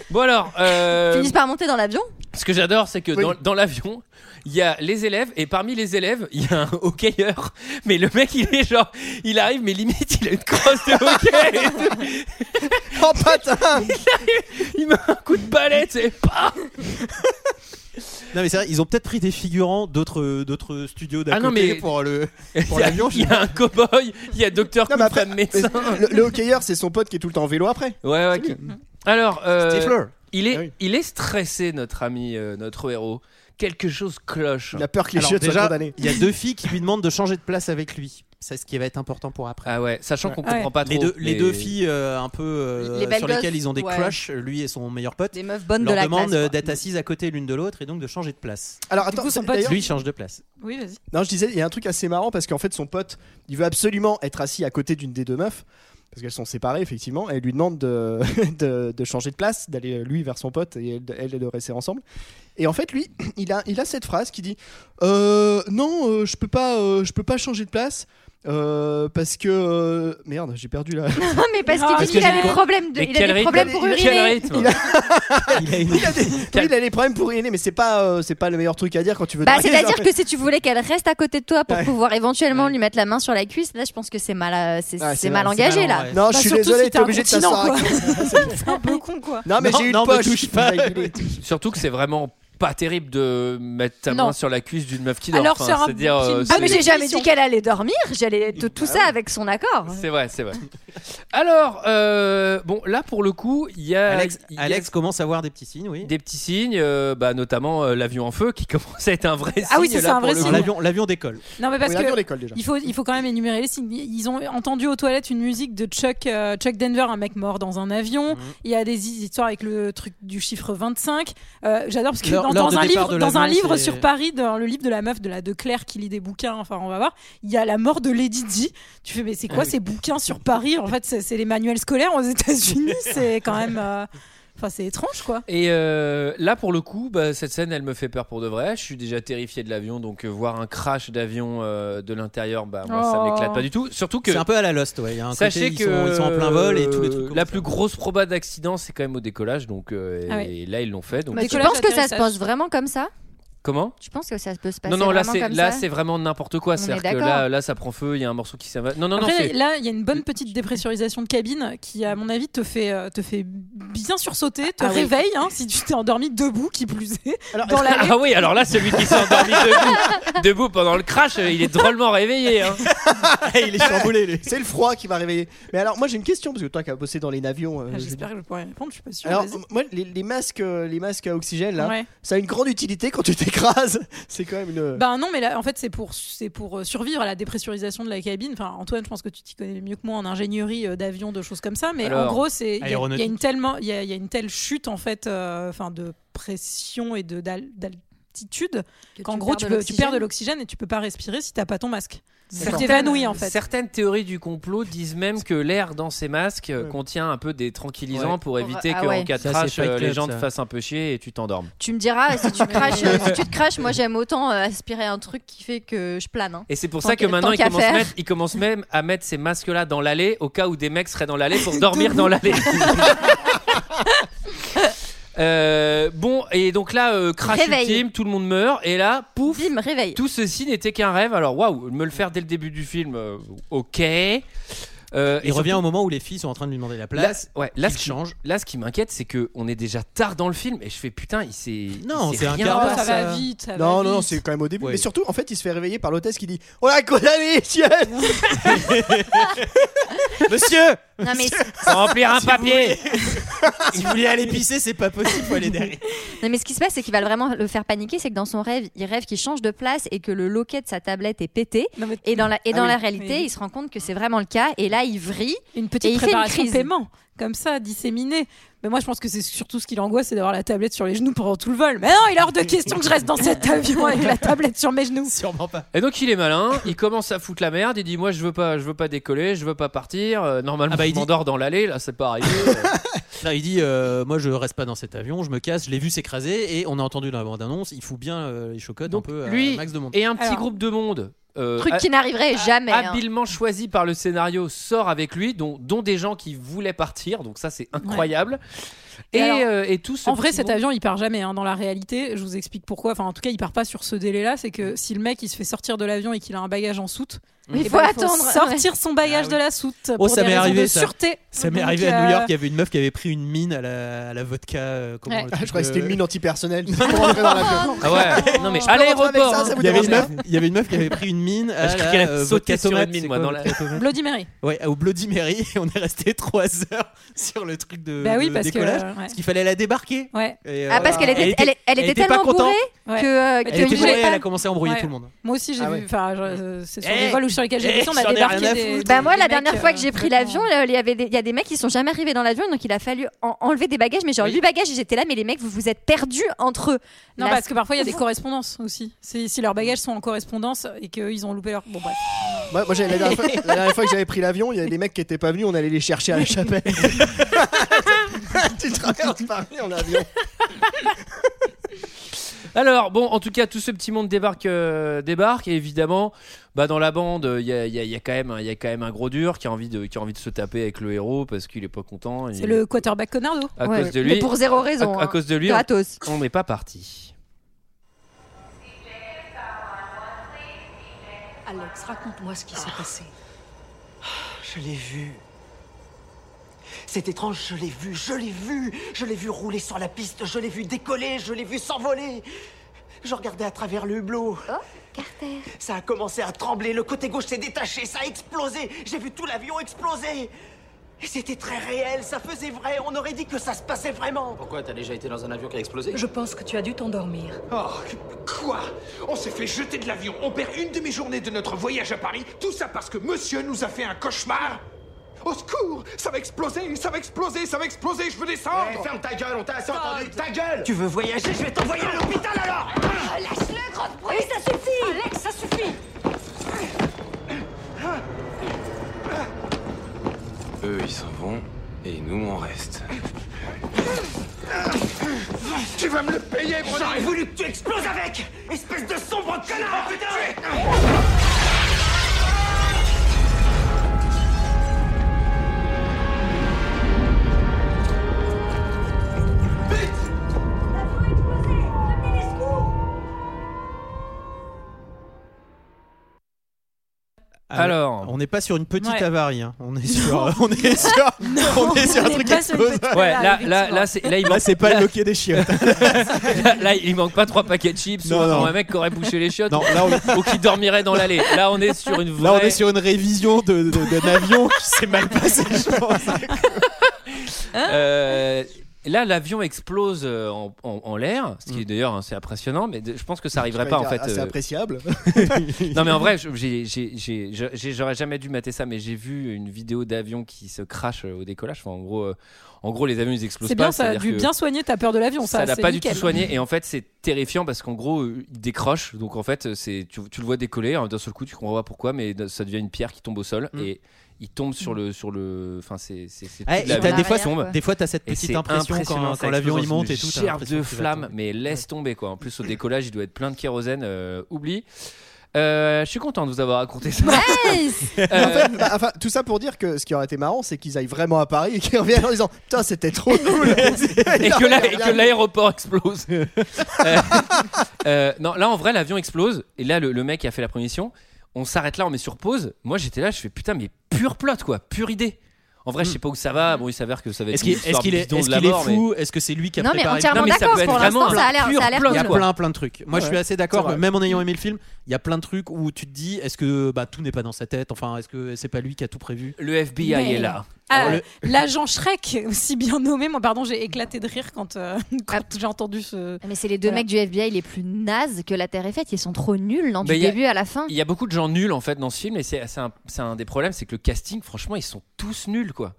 Bon alors, euh,
Finissent par monter dans l'avion
ce que j'adore, c'est que
Oui.
dans, dans l'avion, il y a les élèves et parmi les élèves, il y a un hockeyeur. Mais le mec, il est genre, il arrive, mais limite, il a une crosse de hockey. et tout.
Oh patin
il met un coup de palette et pas.
Non, mais c'est vrai, ils ont peut-être pris des figurants d'autres d'autres studios d'à
Ah non,
côté
mais-
pour le. Pour
Il y a-
l'avion, je
il y a un cowboy, il y a docteur
Non, mais après- euh,
Koufam médecin.
le, le hockeyeur, c'est son pote qui est tout le temps en vélo après.
Ouais, ouais.
C'est
qui- Alors, euh,
Stifler.
il est,
Ah oui.
il est stressé, notre ami, euh, notre héros. Quelque chose cloche.
Il a peur que les
Alors,
chiottes soient
déjà,
condamnées.
il y a deux filles qui lui demandent de changer de place avec lui. C'est ce qui va être important pour après.
Ah ouais, sachant qu'on
Ouais.
comprend pas trop.
les, deux, les
mais-
deux filles euh, un peu euh,
Les belles
sur
gosses,
lesquelles ils ont des
ouais.
crushs, lui et son meilleur pote,
Des meufs bonnes de
leur
la
demandent euh,
classe. quoi.
d'être assises à côté l'une de l'autre et donc de changer de place.
Alors attends,
coup, son
c'est-
pote-
d'ailleurs-
Lui change de place.
Oui, vas-y.
Non, je disais, il y a un truc assez marrant parce qu'en fait, son pote, il veut absolument être assis à côté d'une des deux meufs parce qu'elles sont séparées effectivement. Et elle lui demande de, de, de changer de place, d'aller euh, lui vers son pote et elle, elle de rester ensemble. Et en fait, lui, il a, il a cette phrase qui dit euh, Non, euh, je peux pas, euh, je peux pas changer de place euh, parce que euh, merde, j'ai perdu là.
Non, mais parce
Ah,
qu'il
parce
dit
que
qu'il a
j'ai-
des problèmes, de...
Mais
il a
quel
des
rythme
problèmes pour
Quel
uriner.
rythme
Il a une-
Il a des, oui, il a des problèmes pour uriner, mais c'est pas, euh, c'est pas le meilleur truc à dire quand tu veux.
Bah,
draguer,
c'est-à-dire
genre.
que si tu voulais qu'elle reste à côté de toi pour
Ouais.
pouvoir éventuellement lui mettre la main sur la cuisse, là, je pense que c'est mal, euh, c'est
Ouais,
c'est
c'est
mal
mal,
engagé
c'est mal,
là.
ouais.
Non, Oh, je
Bah,
suis
surtout si
désolé,
t'es
t'es
un
obligé de t'asseoir.
continent,
à-
C'est
Bah,
un peu con, quoi.
Non, mais
Non,
j'ai une
non, me
poche.
touche pas.
Régulé.
Surtout que c'est vraiment pas terrible de mettre ta
Non.
main sur la cuisse d'une meuf qui dort.
Alors,
Enfin,
sur un
c'est-à-dire,
film-
euh,
Ah,
Ah,
c'est-
mais j'ai jamais dit
Mission.
qu'elle allait dormir, j'allais tout, tout ça avec son accord.
c'est vrai, c'est vrai. Alors, euh, bon, là pour le coup, il y a,
Alex,
il y a
Alex commence à voir des petits signes, oui.
des petits signes, euh, bah, notamment euh, l'avion en feu qui commence à être un vrai signe.
Ah oui, ça, c'est
là,
un
pour
vrai
le
Alors,
coup.
signe.
L'avion l'avion décolle.
Non, mais parce
Oui,
que
l'avion, l'école déjà.
Il faut, il faut quand même énumérer les signes. Ils ont entendu aux toilettes une musique de Chuck, euh, Chuck Denver, un mec mort dans un avion.
Mhm.
Il y a des histoires avec le truc du chiffre 25. Euh, J'adore parce que
L'heure-
dans,
l'heure
dans
de
un
départ
livre,
de
dans un
l'avion,
livre
c'est-
sur Paris, dans le livre de la meuf de la de Claire qui lit des bouquins, enfin on va voir, il y a la mort de Lady Di. Tu fais mais c'est quoi ces bouquins sur Paris En fait, c'est c'est les manuels scolaires aux États-Unis. C'est quand même, euh, enfin c'est étrange quoi.
Et euh, là, pour le coup, bah, cette scène, elle me fait peur pour de vrai. Je suis déjà terrifié de l'avion, donc euh, voir un crash d'avion euh, de l'intérieur, bah, moi, ça
Oh.
m'éclate pas du tout. Surtout que
C'est un peu à la Lost, ouais. il y a un
sachez
côté,
que
ils, sont, ils sont en plein vol et tous les trucs.
euh,
comme
La
ça.
plus grosse proba d'accident, c'est quand même au décollage, donc euh, et,
Ah oui.
et là, ils l'ont fait. Donc euh,
Bah,
Mais tu penses
Décollage,
que ça se
atterrissage.
passe vraiment comme ça
comment
Tu penses que ça peut se passer
Non, non, là,
Bah, vraiment
c'est
comme
là,
ça
c'est vraiment n'importe quoi.
On
C'est-à-dire
est
que
d'accord.
là, là, ça prend feu. Il y a un morceau qui s'invade. Non, non, non.
Après,
c'est-
là, il y a une bonne petite dépressurisation de cabine qui, à mon avis, te fait, euh, te fait bien sursauter, te
Ah Euh, oui.
réveille hein, si tu t'es endormi debout, qui plus est.
Alors,
Dans la
Ah oui, alors là, celui qui s'est endormi debout, debout pendant le crash, euh, il est drôlement réveillé. hein.
il est chamboulé. lui.
C'est le froid qui m'a réveillé. Mais alors, moi j'ai une question, parce que toi qui as bossé dans les navions. euh,
Ah,
Julie.
J'espère que je pourrai répondre, je suis pas sûre.
Alors,
vas-y.
m- moi, les, les masques, euh, les masques à oxygène, là,
Ouais.
ça a une grande utilité quand tu t'écrases. C'est quand même une.
Bah non, mais là, en fait, c'est pour, c'est pour euh, survivre à la dépressurisation de la cabine. Enfin, Antoine, je pense que tu t'y connais mieux que moi en ingénierie euh, d'avion, de choses comme ça. Mais
Alors,
en gros, c'est il y a- il y, a
aéronautique.
une tellement, il y a, il y a une telle chute en fait, euh, enfin de pression et de d'al- d'altitude
Que
qu'en
tu
gros,
perds
tu,
de
peux- tu perds de
l'oxygène
l'oxygène et tu peux pas respirer si t'as pas ton masque. Tu
Certaines-
t'évanouis en fait.
Certaines théories du complot disent même que l'air dans ces masques euh,
Ouais.
contient un peu des tranquillisants
Ouais.
pour éviter
ah
qu'en
ouais.
cas de
Ça, c'est
crash,
Fight
euh, les
Club,
gens
ça.
te fassent un peu chier et tu t'endormes.
Tu me diras si tu craches, euh, si tu te craches, moi j'aime autant euh, aspirer un truc qui fait que je plane. hein.
Et c'est pour
Tant
ça que
qu'à-
maintenant,
tant
ils
qu'à
commencent,
faire.
mettre- ils commencent même à mettre ces masques-là dans l'allée au cas où des mecs seraient dans l'allée pour dormir dans l'allée. Euh, bon, et donc là, euh, crash
Réveil.
ultime, tout le monde meurt, et là, pouf,
Bim, réveille.
Tout ceci n'était qu'un rêve. Alors, waouh, me le faire dès le début du film, euh, ok. Euh,
Il revient au moment où les filles sont en train de lui demander la
Là,
place.
ouais, là,
il
ce qui,
change.
là, ce qui m'inquiète, c'est que on est déjà tard dans le film et je fais putain, il s'est.
Non,
il s'est
c'est un
rien
quart
Oh,
d'heure,
passé.
ça
ça-
va vite. ça va
euh, non, non, non,
vite.
c'est quand même au début.
Ouais.
Mais surtout, en fait, il se fait réveiller par l'hôtesse qui dit Oh la condamné,
Monsieur,
Non, mais, c'est-
Faut Remplir un papier.
si vous voulez aller pisser, c'est pas possible, faut aller derrière.
non, mais ce qui se passe, c'est qu'il va vraiment le faire paniquer, c'est que dans son rêve, il rêve qu'il change de place et que le loquet de sa tablette est pété.
Non, mais
Et dans la, et dans
oui.
la réalité,
Oui.
il se rend compte que c'est vraiment le cas. Et là, il vrille.
une
Et
petite
il fait une
préparation
crise.
de paiement, comme ça, disséminée. Mais moi, je pense que c'est surtout ce qui l'angoisse, c'est d'avoir la tablette sur les genoux pendant tout le vol. Mais non, il est hors de question que je reste dans cet avion avec la tablette sur mes genoux.
Sûrement pas.
Et donc il est malin. Il commence à foutre la merde. Il dit moi je veux pas, je veux pas décoller, je veux pas partir. Euh, normalement
Ah bah, il
je
dit-
m'endors dans l'allée. Là c'est pareil.
Là, il dit euh, Moi, je reste pas dans cet avion, je me casse, je l'ai vu s'écraser et on a entendu dans la bande-annonce il faut bien euh, les chocottes
Donc,
un peu à
lui
max de monde.
Et un petit
Alors.
groupe de monde. euh,
Truc
ha-
qui n'arriverait
ha-
jamais, hein.
Habilement choisi par le scénario, sort avec lui, dont, dont des gens qui voulaient partir. Donc ça, c'est incroyable. Et,
Et alors,
euh, et tout ce
En vrai,
petit
cet
monde-
avion, il part jamais. hein. Dans la réalité, je vous explique pourquoi. Enfin, en tout cas, il part pas sur ce délai-là. C'est que si le mec il se fait sortir de l'avion et qu'il a un bagage en soute,
Il
eh
faut attendre,
sortir
ouais.
son bagage
Ah oui.
de la soute
Oh,
pour
ça
des
m'est
raisons
arrivé,
de
ça.
sûreté.
Ça m'est
Donc,
arrivé à New
euh,
York, il y avait une meuf qui avait pris une mine à la, à la vodka. euh, comment
Ouais.
le
Ah,
truc,
je crois que c'était une
euh,
mine antipersonnelle. Pour rentrer dans l'avion.
Ah ouais, non mais hein. à
rentrer avec ça,
l'aéroport.
ça vous
Il y, avait une
dérange
meuf, il y avait une meuf qui avait pris une mine à
Je crois
la,
qu'elle a
euh,
sauté
vodka
sur une
tomate,
mine,
c'est
moi,
quoi,
dans
vodka
la-
tomate
Bloody Mary.
Ouais, au Bloody Mary, et on est resté 3 heures sur le truc de,
Bah oui,
de
parce que,
décollage.
euh, ouais.
Parce qu'il fallait la débarquer.
Ouais.
Et,
Ah, parce
euh,
qu'elle était, elle, elle était
pas
tellement
contente.
bourrée
Ouais.
que.
Elle
Elle était
était
bourrée,
obligée.
elle a commencé à embrouiller
Ouais.
tout le monde.
Moi aussi, j'ai
Ah ouais.
vu. Enfin, je- euh, c'est sur
Eh,
les vols ou sur lesquels j'ai
eh,
bossé, on a
j'en ai
débarqué
rien à
des.
foutre.
des
Bah moi, la
mecs,
dernière fois
euh,
que j'ai pris
complètement-
l'avion, là, il y avait des- il y a des mecs qui sont jamais arrivés dans l'avion, donc il a fallu en- enlever des bagages. Mais j'ai enlevé du bagage et j'étais là, mais les mecs, vous vous êtes perdus entre eux.
Non,
La-
parce que parfois il y a des correspondances aussi. Si, si leurs bagages sont en correspondance et qu'ils ont loupé leur. Bon, bref.
Moi, moi, j'avais- la, dernière fois, la dernière fois que j'avais pris l'avion, il y avait des mecs qui étaient pas venus, on allait les chercher à la chapelle. tu traverses Paris en avion.
Alors, bon, en tout cas, tout ce petit monde débarque, euh, débarque et évidemment, bah, dans la bande, euh, il y a, il y a- il y a quand même un- il y a quand même un gros dur qui a envie de, qui a envie de se taper avec le héros parce qu'il est pas content.
C'est
il-
le quarterback Conardo.
À
Ouais.
cause de
Mais
lui,
pour zéro
à,
raison.
à
hein.
cause de lui, on-
Gratos.
on n'est pas parti.
Alex, raconte-moi ce qui s'est passé.
Je l'ai vu. C'est étrange, je l'ai vu, je l'ai vu, je l'ai vu rouler sur la piste, je l'ai vu décoller, je l'ai vu s'envoler. Je regardais à travers le hublot.
Carter.
Ça a commencé à trembler, le côté gauche s'est détaché, ça a explosé. J'ai vu tout l'avion exploser. Et C'était très réel, ça faisait vrai, on aurait dit que ça se passait vraiment.
Pourquoi t'as déjà été dans un avion qui a explosé
Je pense que tu as dû t'endormir.
Oh, quoi On s'est fait jeter de l'avion, on perd une demi-journée de notre voyage à Paris, tout ça parce que monsieur nous a fait un cauchemar Au secours Ça va exploser, ça va exploser, ça va exploser, je veux descendre
Eh,
Ferme ta gueule, on t'a assez entendu Ta gueule
Tu veux voyager, je vais t'envoyer à l'hôpital.
alors
Lâche-le, grosse brute ça suffit Alex, ça suffit
Eux, ils s'en vont, et nous, on reste.
Tu vas me le payer,
J'aurais voulu que tu exploses avec Espèce de sombre connard
Ah ouais.
Alors.
on n'est pas sur une petite
Ouais.
avarie, hein. on est sur, on est sur, on est sur un
on
truc qui
pas sur une
explose.
petite
Ouais,
balade,
là, là,
effectivement.
là, c'est- là, il
Là,
manque,
Ah, c'est pas le loquet des chiottes.
là, là, il manque pas trois paquets de chips
Non,
ou
non.
un mec qui aurait bouché les chiottes
non, là, on,
ou qui dormirait dans l'allée. Là, on est sur une
là, on
vraie.
est sur une révision de, de- de- d'un avion qui s'est mal passé, je pense.
Hein
Euh, là, l'avion explose euh, en, en- en l'air, ce
Mm.
qui est d'ailleurs hein, c'est impressionnant, mais de- je pense que ça arriverait pas en
ah,
fait.
C'est
euh,
appréciable.
non mais en vrai, je- j'ai- j'ai- j'ai- j'ai- j'ai- j'aurais jamais dû mater ça, mais j'ai vu une vidéo d'avion qui se crache euh, au décollage. Enfin, en gros, euh, en gros, les avions ils explosent
C'est
pas.
bien, ça a
c'est-à-dire
dû
que
bien soigner ta peur de l'avion.
ça
Ça
l'a
c'est
pas
nickel.
du tout soigné et en fait c'est terrifiant parce qu'en gros euh, il décroche donc en fait c'est tu, tu le vois décoller hein, d'un seul coup tu comprends pas pourquoi mais ça devient une pierre qui tombe au sol
Mm.
et il tombe sur le sur le enfin c'est c'est c'est
Ouais,
toute
et
la-
t'as des fois,
L'arrière, quoi.
des fois, t'as cette
et
petite
c'est
impression
impressionnant,
quand,
ça
quand l'avion
explose
il monte
une
et tout. t'as
gerbe
l'impression
de
que tu vas
flammes,
tomber.
mais laisse tomber quoi. En plus, au décollage, il doit être plein de kérosène. euh, oublie. Euh, je suis content de vous avoir raconté ça.
Nice.
En
Euh,
fait, bah, enfin, tout ça pour dire que ce qui aurait été marrant, c'est qu'ils aillent vraiment à Paris et qu'ils reviennent en disant Putain, c'était trop cool
et que la- et que l'aéroport explose. Euh, euh, non, là en vrai, l'avion explose. Et là, le, le mec qui a fait la prémission, on s'arrête là, on met sur pause. Moi, j'étais là, je fais putain, mais pure plot quoi, pure idée. En vrai, je sais pas où ça va. Bon, il s'avère que ça va être
Mm.
une
Est-ce qu'il est-ce
histoire
qu'il est,
bidon de
est-ce
la
qu'il est
mort, mais-
fou Est-ce que c'est lui qui a
Non, mais
préparé
entièrement
Non, mais ça
d'accord
peut être
pour
vraiment
l'instant. Ça
un
a l'air,
pur
ça a l'air
plan,
Il y a
cool.
plein plein de trucs. Moi je suis assez d'accord,
C'est vrai.
même en ayant aimé le film, il y a plein de trucs où tu te dis est-ce que bah, tout n'est pas dans sa tête Enfin, est-ce que c'est pas lui qui a tout prévu
Le FBI
Mais-
est là.
Ah,
Le-
L'agent Shrek, aussi bien nommé. Moi, pardon, j'ai éclaté de rire quand, euh, quand
Ah.
j'ai entendu ce.
Mais c'est les deux
Voilà.
mecs du FBI les plus nazes que la Terre est faite. Ils sont trop nuls, non,
Mais
du
y a-
début à la fin.
Il y a beaucoup de gens nuls en fait dans ce film et c'est c'est un, c'est un des problèmes, c'est que le casting, franchement, ils sont tous nuls quoi.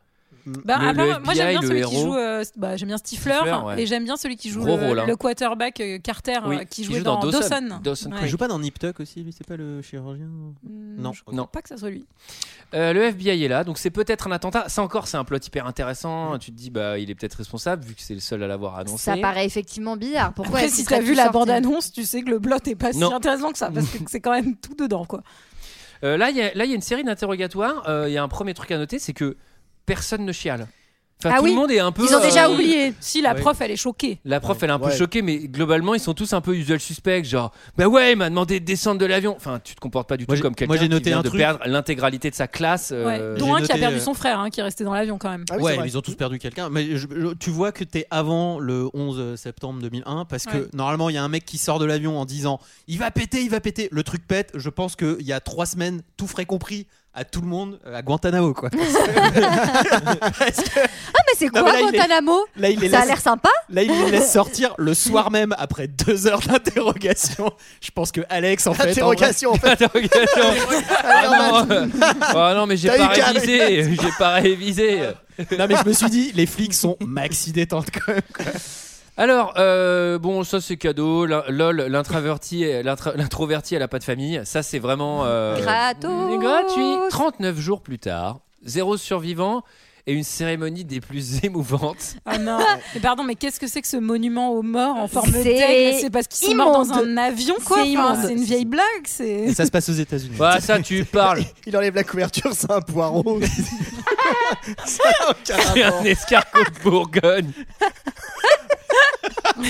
Bah,
Le-
à part-
le
moi, j'aime
FBI,
bien
le
celui qui
héros.
joue. euh, bah, j'aime bien Stifler,
Stifler, ouais.
et j'aime bien celui qui joue
Gros
le,
rôle, hein.
le quarterback euh, Carter,
Oui,
euh, qui
qui
jouait
joue
dans,
dans Dawson.
Dawson.
Dawson
Il
Creek.
joue pas dans Nip Tuck aussi, lui c'est pas le chirurgien
Non, Hmm. je crois
Non.
pas que ça soit lui.
Euh, le FBI est là, donc c'est peut-être un attentat. Ça encore, c'est un plot hyper intéressant.
Mm.
Tu te dis, bah, il est peut-être responsable vu que c'est le seul à l'avoir annoncé.
Ça paraît effectivement bizarre. Pourquoi
Après,
est-ce
si
qu'il serait
t'as vu
plus
la
sorti
bande-annonce, tu sais que le blot est pas
Non.
si intéressant que ça, parce que c'est quand même tout dedans, quoi.
Euh, là, il y, a- là, il y a une série d'interrogatoires. Euh, Il y a un premier truc à noter, c'est que personne ne chiale. Enfin, tout le monde est un peu.
Ah Ils ont déjà
euh,
oublié. Si la
Ouais.
prof, elle est choquée.
La prof, elle est un peu
Ouais.
choquée, mais globalement, ils sont tous un peu usual suspect, genre, bah ouais, il m'a demandé de descendre de l'avion. Enfin, tu te comportes pas du tout
Moi, j'ai-
comme
moi,
quelqu'un
j'ai
qui
noté
vient
un
de
truc.
perdre l'intégralité de sa classe.
Ouais.
euh,
Dont un qui a
noté,
perdu
euh,
son frère, hein, qui est resté dans l'avion quand même.
Ah
ouais, mais ils ont tous perdu quelqu'un. Mais je- je- tu vois que t'es avant le 11 septembre 2001 parce que
Ouais.
normalement il y a un mec qui sort de l'avion en disant il va péter, il va péter. Le truc pète. Je pense qu'il y a trois semaines tout frais compris à tout le monde euh, à Guantanamo quoi.
Ah, mais c'est
Non,
quoi
mais là, il est-
Guantanamo
là, il est
Ça a
laissé-
l'air sympa
Là, il les laisse sortir le soir même après deux heures d'interrogation. Je pense que Alex, en fait.
Interrogation, en
vrai-
Ah non, euh, ah non, mais j'ai
T'as
pas
eu qu'à-
révisé. J'ai pas révisé.
Non, mais je me suis dit, les flics sont maxi détentes quand même. quoi.
Alors, euh, bon, ça c'est cadeau. L'in- Lol, l'intraverti, l'intra- l'introverti, elle a pas de famille. Ça c'est vraiment euh,
Gratos.
gratuit. 39 jours plus tard, zéro survivant et une cérémonie des plus émouvantes.
Ah non. Mais pardon, mais qu'est-ce que c'est que ce monument aux morts en forme
C'est
d'aigle C'est parce qu'ils sont morts dans
immonde.
un avion, quoi.
C'est
Enfin,
immonde.
C'est une vieille blague. C'est.
Et ça se passe aux États-Unis.
Bah ça tu parles.
Il enlève la couverture, c'est un poireau. Ça n'a aucun
C'est
rapport.
un escargot de Bourgogne.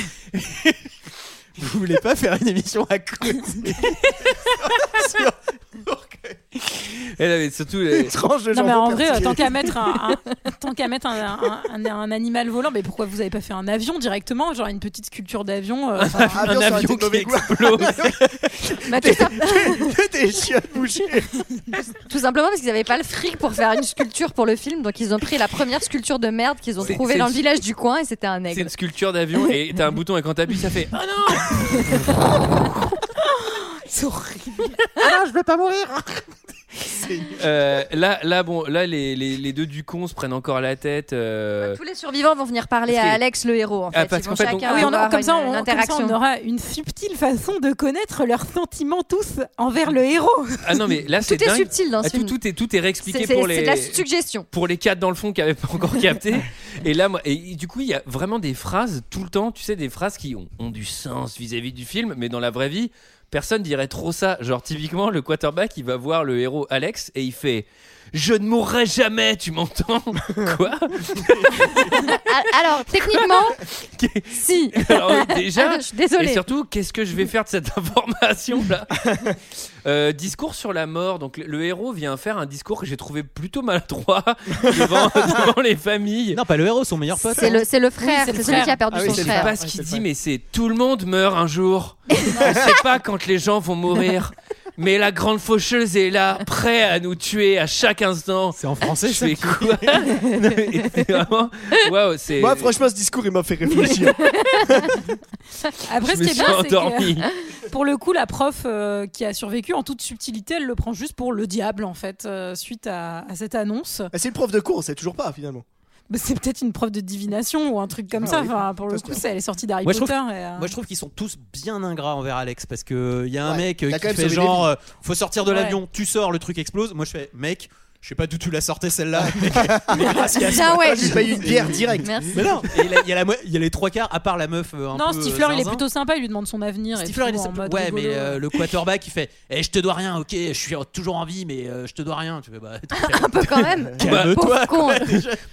Vous voulez pas faire une émission à creuser Sur-
Et là, mais surtout, les-
Tranche de
Non mais en
jambon
vrai, euh,
persillé.
tant qu'à mettre un, un- tant qu'à mettre un, un- un- un animal volant, mais pourquoi vous avez pas fait un avion directement, genre une petite sculpture d'avion euh, enfin,
Ah, bien,
un
ça aurait été
avion
de
qui
mauvais goût.
explose.
Bah, tout, sim-
Des chiens bouchés.
tout simplement parce qu'ils n'avaient pas le fric pour faire une sculpture pour le film, donc ils ont pris la première sculpture de merde qu'ils ont
C'est-
trouvée
c'est-
dans le village du coin et c'était un
c'est une
aigle.
sculpture d'avion et t'as un bouton et quand t'appuies ça fait. Ah non.
c'est horrible.
Euh, là, là, bon, là les, les, les deux Ducons se prennent encore la tête. euh,
Tous les survivants vont venir parler
parce que-
à Alex, le héros, en fait.
Ah, parce
Ils vont
qu'en fait, donc-
chacun
Ah oui, on-
avoir
comme, ça,
euh,
une- euh, une
on, comme ça,
interaction.
on aura une subtile façon de connaître leurs sentiments tous envers le héros.
Ah non mais là c'est
Tout est
dingue.
subtil dans
Ah,
ce
tout,
film.
tout est tout est réexpliqué
C'est c'est-
pour
c'est
les
de la suggestion.
pour les quatre dans le fond qui n'avaient pas encore capté. et là, moi, et du coup, il y a vraiment des phrases tout le temps, tu sais, des phrases qui ont, ont du sens vis-à-vis du film, mais dans la vraie vie, personne dirait trop ça. Genre, typiquement, le quarterback, il va voir le héros Alex et il fait Je ne mourrai jamais, tu m'entends Quoi
Ah, Alors, techniquement, si.
Alors, euh, déjà.
Je suis
Et
désolée.
surtout, qu'est-ce que je vais faire de cette information-là Euh, Discours sur la mort. Donc, le, le héros vient faire un discours que j'ai trouvé plutôt maladroit devant- devant les familles.
Non, pas le héros, son meilleur pote.
C'est
hein.
le, c'est le frère,
c'est le
c'est celui
frère.
qui a perdu
Ah oui,
son
c'est le
sais
frère.
pas
Ah,
ce
oui,
qu'il
c'est
dit,
vrai.
mais c'est tout le monde meurt un jour. On sait pas quand les gens vont mourir. Mais la grande faucheuse est là, prêt à nous tuer à chaque instant.
C'est en français,
Je
ça
fais quoi Non, mais c'est vraiment- Waouh, c'est.
Moi, franchement, ce discours, il m'a fait réfléchir.
Après,
je
ce
me
qui est
suis
bien, c'est que
endormi.
pour le coup, la prof euh, qui a survécu, en toute subtilité, elle le prend juste pour le diable, en fait, euh, suite à, à cette annonce.
Ah, c'est le prof de cours, on sait toujours pas finalement.
Mais c'est peut-être une preuve de divination ou un truc comme
Ah
ça.
oui,
Enfin, pour le
parce
coup,
que-
ça, elle est sortie d'Harry
Moi, je
Potter.
trouve-
et, euh,
Moi, je trouve qu'ils sont tous bien ingrats envers Alex parce que il y a un
Ouais,
mec euh,
il a quand
qui
même
fait
sauvé des
genre, euh, faut sortir de
Ouais.
l'avion, tu sors, le truc explose. Moi, je fais, mec, je sais pas d'où tu l'as sorti celle-là. mais- mais grâce à
Tiens, ouais.
J'ai pas eu une bière direct.
Merci.
Mais non, et il y a- il y, a la mo- il y a les trois quarts, à part la meuf. euh, un
non,
peu, euh,
Stifler, il est
zinzin.
plutôt sympa. Il lui demande son avenir. et
Stifler, il
tout,
est
en mode
Ouais,
rigolo.
mais euh, le quarterback, il fait Eh, je te dois rien, ok, je suis toujours en vie, mais euh, je te dois rien. Tu fais Bah, t'as
Un peu quand même.
Calme-toi,
Pauvre con.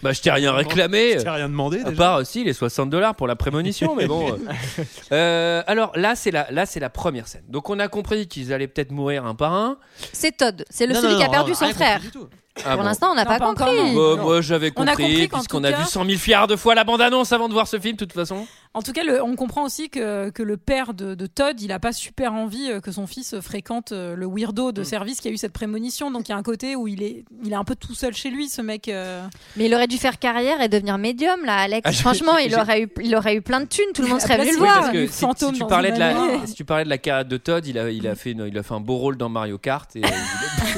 Bah, je t'ai rien réclamé.
je t'ai rien demandé.
À
déjà.
part aussi les 60 dollars pour la prémonition, mais bon. euh. Euh, alors là, c'est la, là, c'est la première scène. Donc on a compris qu'ils allaient peut-être mourir un par un.
C'est Todd. C'est le
Non,
celui
non,
qui a
non,
perdu
rien
son
compris
frère.
du tout.
Ah
Pour
bon.
l'instant, on n'a
Non,
pas,
pas encore,
compris.
Bah,
Non.
moi j'avais
On a
compris,
compris qu'en
puisqu'on
tout
a
cas-
vu 100 000 milliards de fois la bande-annonce avant de voir ce film, de toute façon.
En tout cas, le- on comprend aussi que, que le père de, de Todd, il a pas super envie euh, que son fils fréquente euh, le weirdo
Mm.
de service qui a eu cette prémonition. Donc il y a un côté où il est, il est un peu tout seul chez lui, ce mec. euh.
Mais il aurait dû faire carrière et devenir médium, là, Alex.
Ah, j'ai-
Franchement,
j'ai-
il aurait, eu, il aurait eu plein de thunes. Tout le monde serait
Ah,
venu le
bah,
Oui,
c'est-
voir.
parce que
le
si,
fantôme
si tu
dans
parlais de
une
la,
manoir.
si tu parlais de la carrière de Todd, il a, il a fait, une- il a fait un beau rôle dans Mario Kart. Et,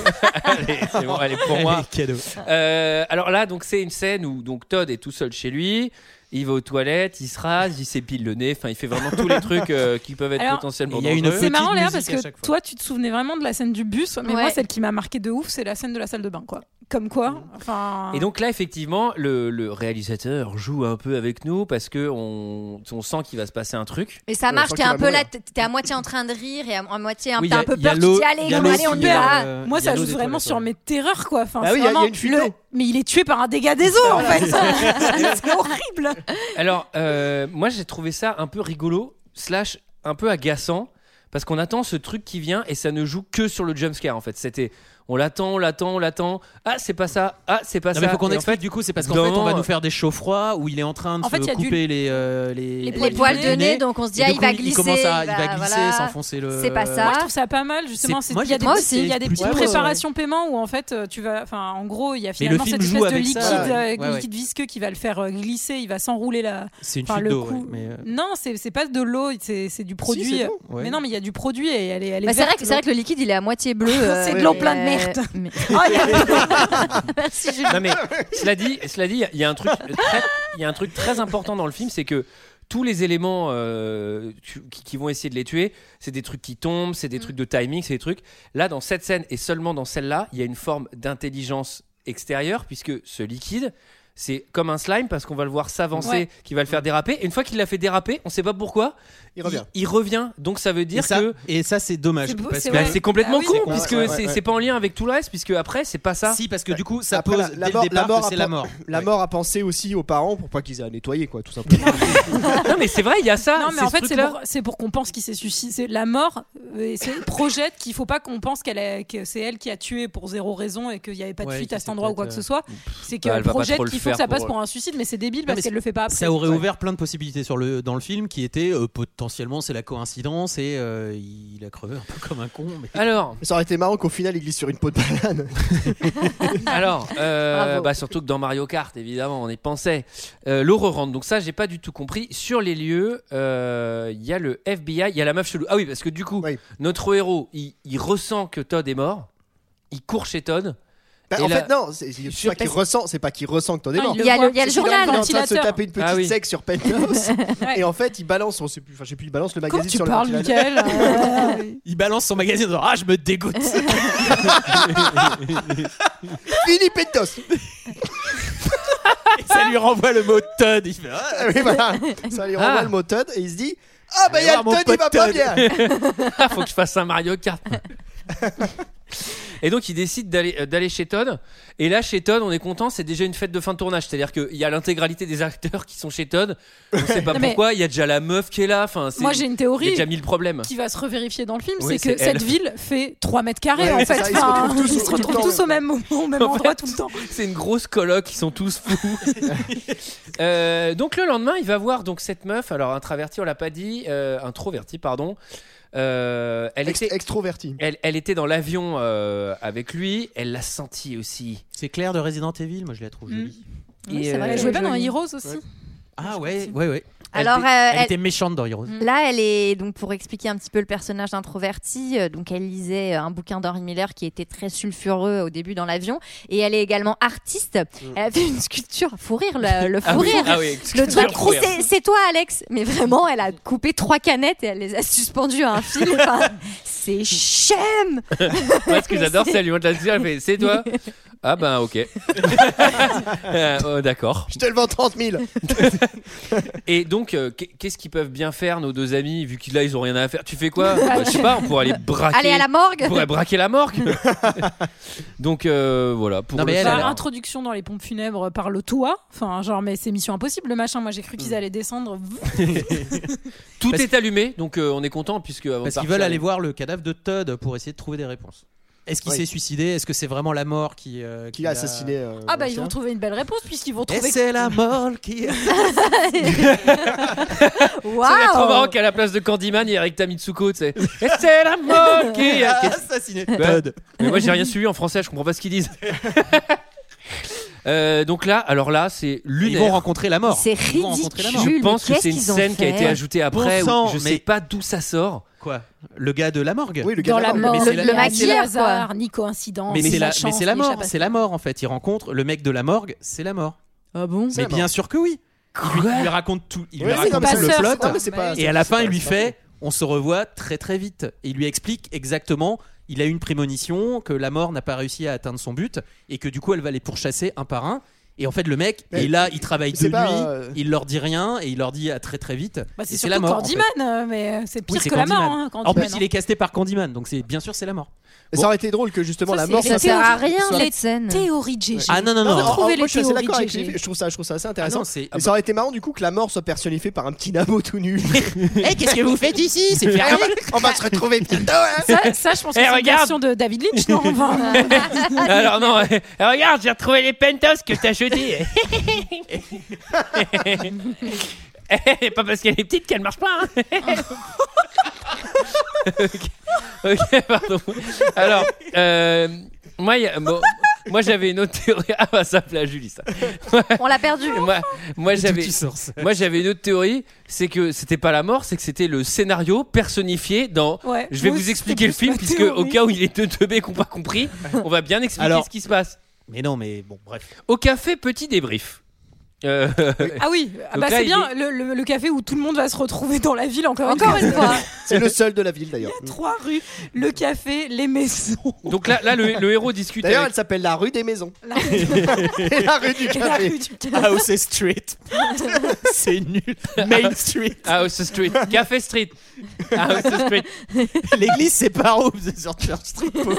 allez, c'est bon, allez pour moi.
Eh, cadeau.
Euh, alors là, donc c'est une scène où donc Todd est tout seul chez lui. Il va aux toilettes, il se rase, il s'épile le nez. Enfin, il fait vraiment tous les trucs euh, qui peuvent être
Alors,
potentiellement
il y a une
dangereux.
C'est
Petite
marrant, Léa,
musique
parce
à
que
chaque fois.
toi, tu te souvenais vraiment de la scène du bus, mais
Ouais.
moi, celle qui m'a marqué de ouf, c'est la scène de la salle de bain, quoi. Comme
Mm.
quoi Enfin.
Et donc là, effectivement, le, le réalisateur joue un peu avec nous parce que on, on sent qu'il va se passer un truc.
Mais ça marche, t'es un peu là, t'es t'es à moitié en train de rire et à, à moitié un,
Oui,
t'as
y a-
un peu
y a
peur, tu
l'eau-
dis allez,
y a
on-
l'eau
allez, on
qui,
peut.
euh,
Ah.
Euh,
Moi,
il y a
ça
l'eau
joue
des
vraiment
toilettes,
sur
ouais.
mes terreurs, quoi. Enfin,
Bah
c'est
oui, il y a- il y a
vraiment
une fuite
le-
d'eau.
Mais il est tué par un dégât des eaux, en fait. c'est horrible.
Alors, euh, moi, j'ai trouvé ça un peu rigolo, slash un peu agaçant, parce qu'on attend ce truc qui vient et ça ne joue que sur le jumpscare, en fait. C'était, on l'attend, on l'attend, on l'attend. Ah, c'est pas ça. Ah, c'est pas
Non,
ça.
mais faut qu'on
Et en
explique
fait,
du coup, c'est parce qu'en
d'un
fait, on va
moment,
nous faire des chauds froids où il est en train de
En
se
fait, il y a du-
couper les, euh, les,
Les
Les poils de nez, donc on se dit
Et
ah,
du
il
coup,
va glisser.
commence à, il va
va-
glisser,
voilà.
s'enfoncer le.
C'est pas ça.
Moi, je trouve ça pas mal, justement.
Ah. C'est-
C'est-
moi,
Il y a
j'ai
des,
trouvé
petits- il y a
c'est
des
plus
petites
beau, ouais.
préparations paiement où, en fait, euh, tu vas. Enfin, en gros, il y a
Mais le
finalement
film
cette
joue
espèce de
avec
liquide,
ça, ouais.
euh,
Ouais, ouais.
liquide visqueux qui va le faire euh, glisser. Il va s'enrouler la.
C'est une
Enfin,
fuite
le
d'eau,
coup-
ouais, mais, euh,
Non, c'est c'est pas de l'eau, c'est c'est du produit.
c'est de l'eau,
ouais.
Mais non, mais il y a du produit et elle est. Elle est
Bah, c'est vrai,
verte,
que- c'est vrai que le liquide il est à moitié bleu. euh,
C'est de l'eau
mais-
plein de merde.
mais-
l'eau. Ah, il y a-
Merci, Julie.
Non mais
Ah
cela dit, cela dit, il y a un truc, très, il y a un truc très important dans le film, c'est que tous les éléments euh, tu- qui, qui vont essayer de les tuer, c'est des trucs qui tombent, c'est
Mm.
des trucs de timing, c'est des trucs. Là, dans cette scène et seulement dans celle-là, il y a une forme d'intelligence extérieure puisque ce liquide. C'est comme un slime parce qu'on va le voir s'avancer,
Ouais. Mm.
qui va le faire déraper. Et une fois qu'il l'a fait déraper, on sait pas pourquoi,
Il revient.
Il, revient. Donc ça veut
Et
dire
ça,
que
et ça, c'est dommage.
C'est beau,
parce
c'est
que-
Bah,
Ouais.
c'est complètement
Ah oui,
con,
c'est
con,
puisque
ouais, ouais,
c'est
ouais.
c'est pas en lien avec tout le reste, puisque après c'est pas ça.
Si, parce que du coup, ça
Après,
pose
la, la
dès
mort,
le départ
la mort
que c'est
apprend-
la mort.
La
Ouais.
mort a pensé aussi aux parents pour pas qu'ils aient à nettoyer, quoi, tout simplement.
non mais c'est vrai, il y a ça.
Non, mais
c'est
en
ce
fait, c'est
truc-là.
pour, c'est pour qu'on pense qu'il s'est suicidé. C'est La mort, euh, et c'est projette qu'il faut pas qu'on pense qu'elle a- que c'est elle qui a tué pour zéro raison et qu'il n'y avait pas de
Ouais,
fuite
que
à cet
c'est
endroit ou quoi que
peut-être, euh,
ce soit. C'est
Bah,
qu'elle
elle va pas
projette
trop le
qu'il faut que
faire
ça passe
pour-
pour un suicide, mais c'est débile
Non,
parce
mais
qu'elle le fait pas après.
Ça aurait ouvert plein de possibilités sur le, dans le film qui étaient euh, potentiellement c'est la coïncidence et euh, il a crevé un peu comme un con. Mais...
Alors,
ça aurait été marrant qu'au final, il glisse sur une peau de banane.
alors, euh,
Bravo.
bah, surtout que dans Mario Kart, évidemment, on y pensait. Euh, L'eau rentre, donc ça, j'ai pas du tout compris. Sur les lieux, euh, il y a le FBI, il y a la meuf chelou. Ah oui, parce que du coup,
Oui.
notre héros, il, il ressent que Todd est mort, il court chez Todd.
Bah,
Et
en
là-
fait, non, c'est c'est
Sur
pas qu'il
Pes-
ressent, c'est pas qu'il ressent que
Ah,
t'en es mort.
Il y a le- il y a le
C'est qu'il
Ah, Il est
journal.
dans
en train
le
de se
ventilateur.
taper une petite
Ah oui.
sec sur Penthouse
Ouais.
et en fait il balance, on sait plus, enfin je sais plus, il balance le
Quand
magazine
tu
sur le
parles,
ventilateur.
Michael, euh,
Il balance son magazine en disant, Ah, je me dégoûte
Fini Pentos
Et ça lui renvoie le mot Todd. Il fait, Ah,
Ah oui, voilà. Ça lui renvoie
Ah.
le mot Todd et il se dit Ah bah
Allez
il y a
voir
le
mon
Todd, il va
pote
pas
Todd.
bien
Ah, faut que je fasse un Mario Kart. Et donc il décide d'aller euh, d'aller chez Todd. Et là chez Todd, on est content, c'est déjà une fête de fin de tournage. C'est-à-dire qu'il y a l'intégralité des acteurs qui sont chez Todd. On sait pas
Non, mais-
pourquoi. Il y a déjà la meuf qui est là. Enfin, c'est-
Euh, moi j'ai une
il y a
théorie
déjà mille problèmes.
qui va se revérifier dans le film,
Oui,
c'est que
c'est elle.
cette ville fait 3 mètres carrés
Ouais,
en
c'est
fait.
ça, ils se retrouvent tous
ils
au-
se
tout le
retrouvent
temps.
tous au même moment, au même
En
endroit
fait,
tout le temps.
C'est une grosse coloc, ils sont tous fous. Euh, donc le lendemain, il va voir donc cette meuf. Alors introvertie, on l'a pas dit, euh, introvertie pardon. Euh, elle
Ext-
était,
Extroverti.
elle, elle était dans l'avion euh, avec lui. Elle l'a senti aussi.
C'est Claire de Resident Evil, moi je la trouve
Mm.
jolie.
Et,
c'est vrai,
Elle
euh,
jouait pas dans
jolie.
Heroes aussi
Hmm. Ah ouais, ouais, ouais. Elle
Alors,
était-
euh,
elle Hmm.
elle-
était méchante dans Heroes.
Là, elle est donc pour expliquer un petit peu le personnage d'introverti. euh, donc, elle lisait euh, un bouquin d'Henry Miller qui était très sulfureux au début dans l'avion, et elle est également artiste. Elle a fait une sculpture, faut rire, le, le fou
Ah oui,
rire.
ah oui,
Le
excuse-moi,
truc,
faut rire.
c'est- c'est toi, Alex. Mais vraiment, elle a coupé trois canettes et elle les a suspendues à un fil. Enfin, c'est chème.
Moi, ce que j'adore, c'est elle lui montre la cigarette, elle fait C'est toi Ah ben, ok. Euh, euh, D'accord.
Je te le vends 30 000
Et donc, euh, qu'est- qu'est-ce qu'ils peuvent bien faire, nos deux amis, vu qu'ils là, ils ont rien à faire Tu fais quoi Bah, Je sais pas, on pourrait aller braquer.
Allez Ah, à la
on
morgue.
pourrait braquer la morgue. donc, euh, voilà. Pour
Non, mais
le
elle,
faire.
Bah, introduction dans les pompes funèbres par le toit. Enfin, genre, mais c'est mission impossible le machin. Moi, j'ai cru qu'ils allaient descendre.
Tout
Parce-
est allumé, donc euh, on est content, puisque avant
Parce
de
qu'ils
partir,
veulent aller voir le cadavre de Todd pour essayer de trouver des réponses. Est-ce qu'il
Oui.
s'est suicidé Est-ce que c'est vraiment la mort qui, euh,
qui a assassiné. euh,
Ah, bah, ils
l'ancien.
vont trouver une belle réponse puisqu'ils vont
Et
trouver.
c'est la mort qui.
Ça va être trop marrant
Waouh.
qu'à la place de Candyman, il y a Eric Tamitsuko, tu sais. Et c'est la morgue qui a- qui a-
assassiné
Bah,
Todd.
Mais moi j'ai rien suivi en français, je comprends pas ce qu'ils disent. Euh, donc là, alors là, c'est
Ils vont
lunaire.
rencontrer la mort.
C'est
Ils vont rencontrer la
ridicule.
mort.
Je pense
mais
que c'est une
qu'est-ce qu'ils ont
scène qui a
fait
été ajoutée après. où
Bon sang,
je
mais-
sais pas d'où ça sort.
Quoi Le gars de la morgue.
Oui, le gars
Dans
de
la
mort.
mort,
Mais c'est la-
le
mais c'est la-
hasard, ni coïncidence.
Mais
ni
c'est la, mais
chance,
c'est la
ni
mort,
échappation.
c'est la mort en fait. Il rencontre le mec de la morgue, c'est la mort.
Ah bon
Mais
la
bien sûr que oui. Il lui, il lui raconte tout, il
Ouais,
lui
c'est
raconte
comme
tout
ça,
le
c'est
plot.
pas-
Non, mais c'est pas-
Et à la
c'est pas-
fin, il lui
c'est pas-
fait on se revoit très très vite. Et il lui explique exactement il a eu une prémonition, que la mort n'a pas réussi à atteindre son but, et que du coup elle va les pourchasser un par un. Et en fait, le mec,
Mais
et là, il travaille de
c'est
nuit,
pas, euh,
il leur dit rien, et il leur dit à très très vite.
Bah, c'est
et
surtout
la mort. en fait.
Candyman, euh, mais c'est pire
Oui, c'est
que la mort.
Candyman.
hein,
en
Candyman,
plus,
hein.
il est casté par Candyman, donc c'est bien sûr c'est la mort.
Ça aurait été drôle que justement
Ça,
la
c'est-
mort
c'est
soit-
la théorie-
sert à rien,
soit-
cette scène.
Théorie GG.
Ah non, non, non.
en- en- moi,
Retrouvez les
je suis assez
théories
d'accord avec
GG.
Philippe, je trouve ça, je trouve ça assez
Ah
intéressant.
non, c'est-
Et ça aurait été marrant du coup que la mort soit personnifiée par un petit nabo tout nu.
Eh, qu'est-ce que vous faites ici C'est fermé
On va se retrouver bientôt. hein.
Ça, ça, je pense que
Eh,
c'est une
regarde.
version de David Lynch, non Enfin, euh,
Ah,
Alors non, euh, regarde, j'ai retrouvé les pentos que t'as jetés. Eh, pas parce qu'elle est petite qu'elle marche pas. hein. ok, ok, pardon. Alors, euh, moi, il y a- bon, moi j'avais une autre théorie. Ah bah ça plaît à Julie ça.
On l'a perdu.
Moi, moi j'avais.
Petit source.
Moi j'avais une autre théorie, c'est que c'était pas la mort, c'est que c'était le scénario personnifié dans.
ouais.
Je vais
Moi
vous
aussi,
expliquer le
c'était
film
plus ma
puisque
théorie.
au cas où il est deux teubés qui n'ont pas compris, on va bien expliquer
Alors-
ce qui se passe.
Mais non, mais bon, bref.
Au café, petit débrief. Euh,
Ah oui, ah
Donc
bah,
là,
c'est
il
bien le, le- le café où tout le monde va se retrouver dans la ville encore,
Encore
une
une
fois.
fois.
C'est le seul de la ville d'ailleurs.
Trois rues, le café, les maisons.
donc là, là le, le héros discute
D'ailleurs,
avec.
elle s'appelle la rue des maisons.
La rue du-
Et la rue du
et la
café.
rue du café.
House Street. c'est nul. Main Street.
House Street, Café Street, House Street.
L'église, c'est par où C'est sur Church Street. pauvre.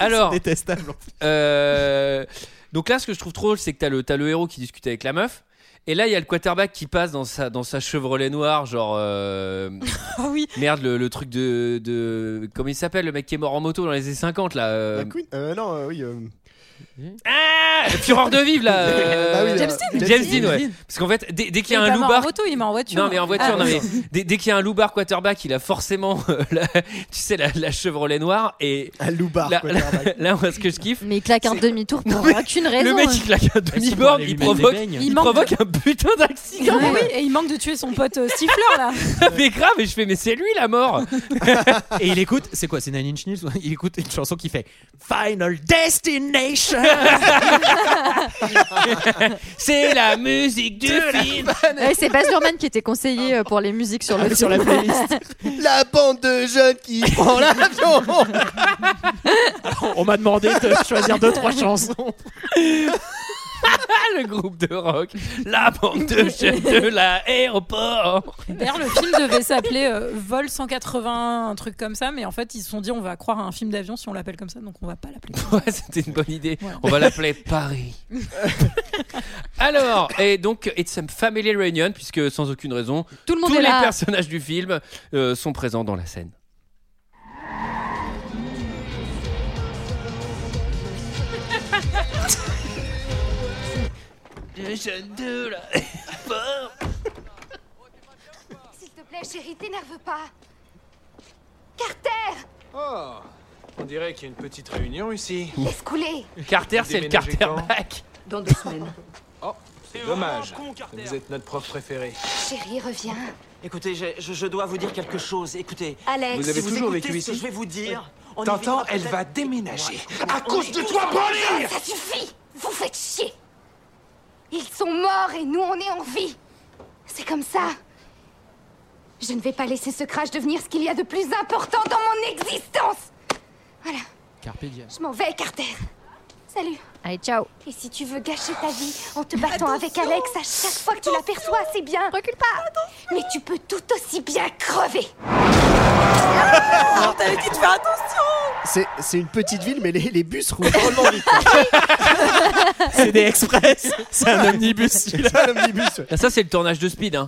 Alors,
Détestable.
euh, donc là, ce que je trouve trop drôle, c'est que t'as le, t'as le héros qui discute avec la meuf. Et là, il y a le quarterback qui passe dans sa, dans sa Chevrolet noire, genre. euh,
Ah oui,
merde, le, le truc de, de. Comment il s'appelle, le mec qui est mort en moto dans les années 50, là euh,
La Queen euh, Non, euh, oui. euh,
Ah Fureur de vivre, là euh,
Bah oui,
James
euh,
Dean.
James Dean, ouais. Parce qu'en fait, dès, dès qu'il y a
il
un
est pas
loup
mort
bar
en moto, il est mort en voiture.
Non, mais en voiture,
Ah,
non, mais dès, dès qu'il y a un loupard quarterback, il a forcément, euh, la, tu sais, la, la Chevrolet noire. Et
Un loupard.
là,
quoi,
là-
quarterback.
là, moi, ce que je kiffe,
Mais il claque un demi-tour pour aucune raison.
le
hein.
mec, il claque un demi-borne, il provoque, il
Il manque
provoque un putain d'accident.
Ah oui, et il manque de tuer son pote euh, Stifler là.
mais grave, et je fais, mais c'est lui la mort.
Et il écoute, c'est quoi C'est Nine Inch Nails ouais Il écoute une chanson qui fait Final Destination.
C'est la musique du film.
Ouais, c'est Baz Luhrmann qui était conseiller euh, pour les musiques sur
Ah,
le sur la playlist.
La bande de jeunes qui prend l'avion.
On m'a demandé de choisir deux trois chansons.
Ah, le groupe de rock, la bande de jeunes de l'aéroport.
D'ailleurs, le film devait s'appeler euh, Vol 180, un truc comme ça, mais en fait, ils se sont dit on va croire à un film d'avion si on l'appelle comme ça, donc on va pas l'appeler.
Ouais, c'était une bonne idée.
Voilà.
On va l'appeler Paris. Alors, et donc, it's a family reunion, puisque sans aucune raison,
Tout le monde
Tous
est
les
là.
personnages du film euh, sont présents dans la scène.
S'il te plaît, chérie, t'énerve pas.
Oh, on dirait qu'il y a une petite réunion ici.
Laisse couler.
Carter, c'est le
Déménagez
Carter
quand
Back.
Dans deux semaines.
C'est dommage. Vous êtes notre prof préféré.
Chérie, reviens.
Écoutez, j'ai- je, je dois vous dire quelque chose. Écoutez,
Alex.
Vous avez
si
toujours
écoutez
vécu
ce que
ici
je vais vous dire. on
T'entends
évitera
Elle
peut-être-
va déménager.
Ouais.
À cause de toi, Pauline
Ça suffit Vous faites chier Ils sont morts et nous, on est en vie C'est comme ça Je ne vais pas laisser ce crash devenir ce qu'il y a de plus important dans mon existence Voilà,
Carpe diem.
je m'en vais, Carter Salut
Allez, ciao.
Et si tu veux gâcher ta vie en te battant avec Alex à chaque fois que tu l'aperçois, c'est bien Recule pas Mais tu peux tout aussi bien crever
T'avais dit de faire attention
C'est c'est une petite ville, mais les, les bus roulent drôlement vite.
C'est des express. C'est un omnibus.
C'est un omnibus. ouais.
Ah, Ça, c'est le tournage de Speed. hein.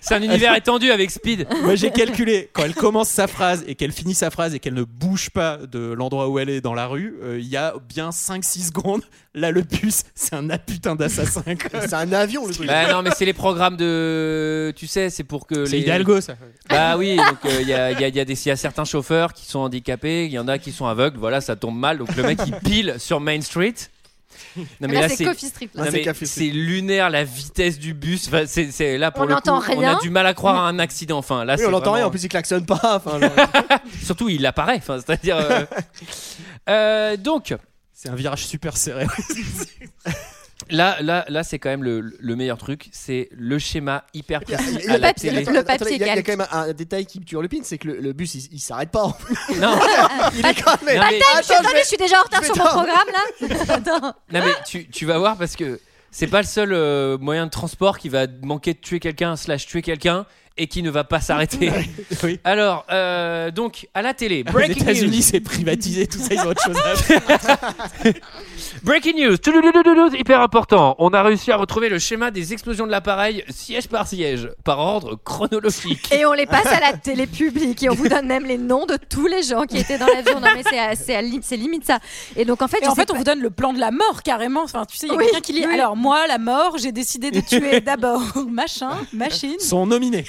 c'est un univers étendu avec Speed.
Moi j'ai calculé quand elle commence sa phrase et qu'elle finit sa phrase et qu'elle ne bouge pas de l'endroit où elle est dans la rue, euh, il y a bien 5-6 secondes. Là le bus, c'est un ah, putain d'assassin. quoi.
C'est un avion le truc.
Bah, non, mais c'est les programmes de. Tu sais, c'est pour que.
C'est
les...
Hidalgo ça.
Bah oui, donc euh, il y, a, il y a- il y a des- il y a certains chauffeurs qui sont handicapés, il y en a qui sont aveugles, voilà, ça tombe mal. Donc le mec, il pile sur Main Street. Non,
Ah, Là, Eh ben, c'est Coffee Strip. là.
Non,
Ah, c'est
mais
café,
c'est lunaire la vitesse du bus. Enfin, c'est, c'est- là pour
On
le
n'entend
coup,
rien.
On a du mal à croire à un accident. Enfin, là,
Oui,
c'est
on l'entend
vraiment-
rien, en plus il klaxonne pas. Enfin, genre,
Surtout, il apparaît. Enfin, c'est-à-dire. euh, euh, donc,
C'est un virage super serré.
Là, là, là, c'est quand même le, le meilleur truc, c'est le schéma hyper
Il y a-
précis
il y a-
à la
attendez,
télé.
attendez,
papier
attendez, il y a- Il y a
calque.
quand même un, un détail qui me tue le pin, c'est que le, le bus il, il s'arrête pas. en fait.
Non,
il est quand même.
Non, mais-
Attends, je
Attends, je
suis, attendez,
vais-
je suis déjà en retard
je vais
sur mon
t'en-
programme là. Attends.
non, mais tu, tu vas voir parce que c'est pas le seul euh, moyen de transport qui va manquer de tuer quelqu'un slash tuer quelqu'un et qui ne va pas s'arrêter.
Oui.
Alors, euh, donc à la télé,
Les
breaking news,
États-Unis, c'est privatisé, tout ça, ils ont autre chose à faire.
breaking news, Tudududududud, hyper important. On a réussi à retrouver le schéma des explosions de l'appareil siège par siège, par ordre chronologique.
Et on les passe à la télé publique et on vous donne même les noms de tous les gens qui étaient dans l'avion. Non mais c'est à- c'est à li- c'est limite ça. Et donc en fait,
Et
je
en
sais
fait, on
pas-
vous donne le plan de la mort carrément. Enfin, tu sais, il y a
Oui,
quelqu'un qui lit.
oui.
Alors moi, la mort, j'ai décidé de tuer d'abord machin, machine.
sont nominés.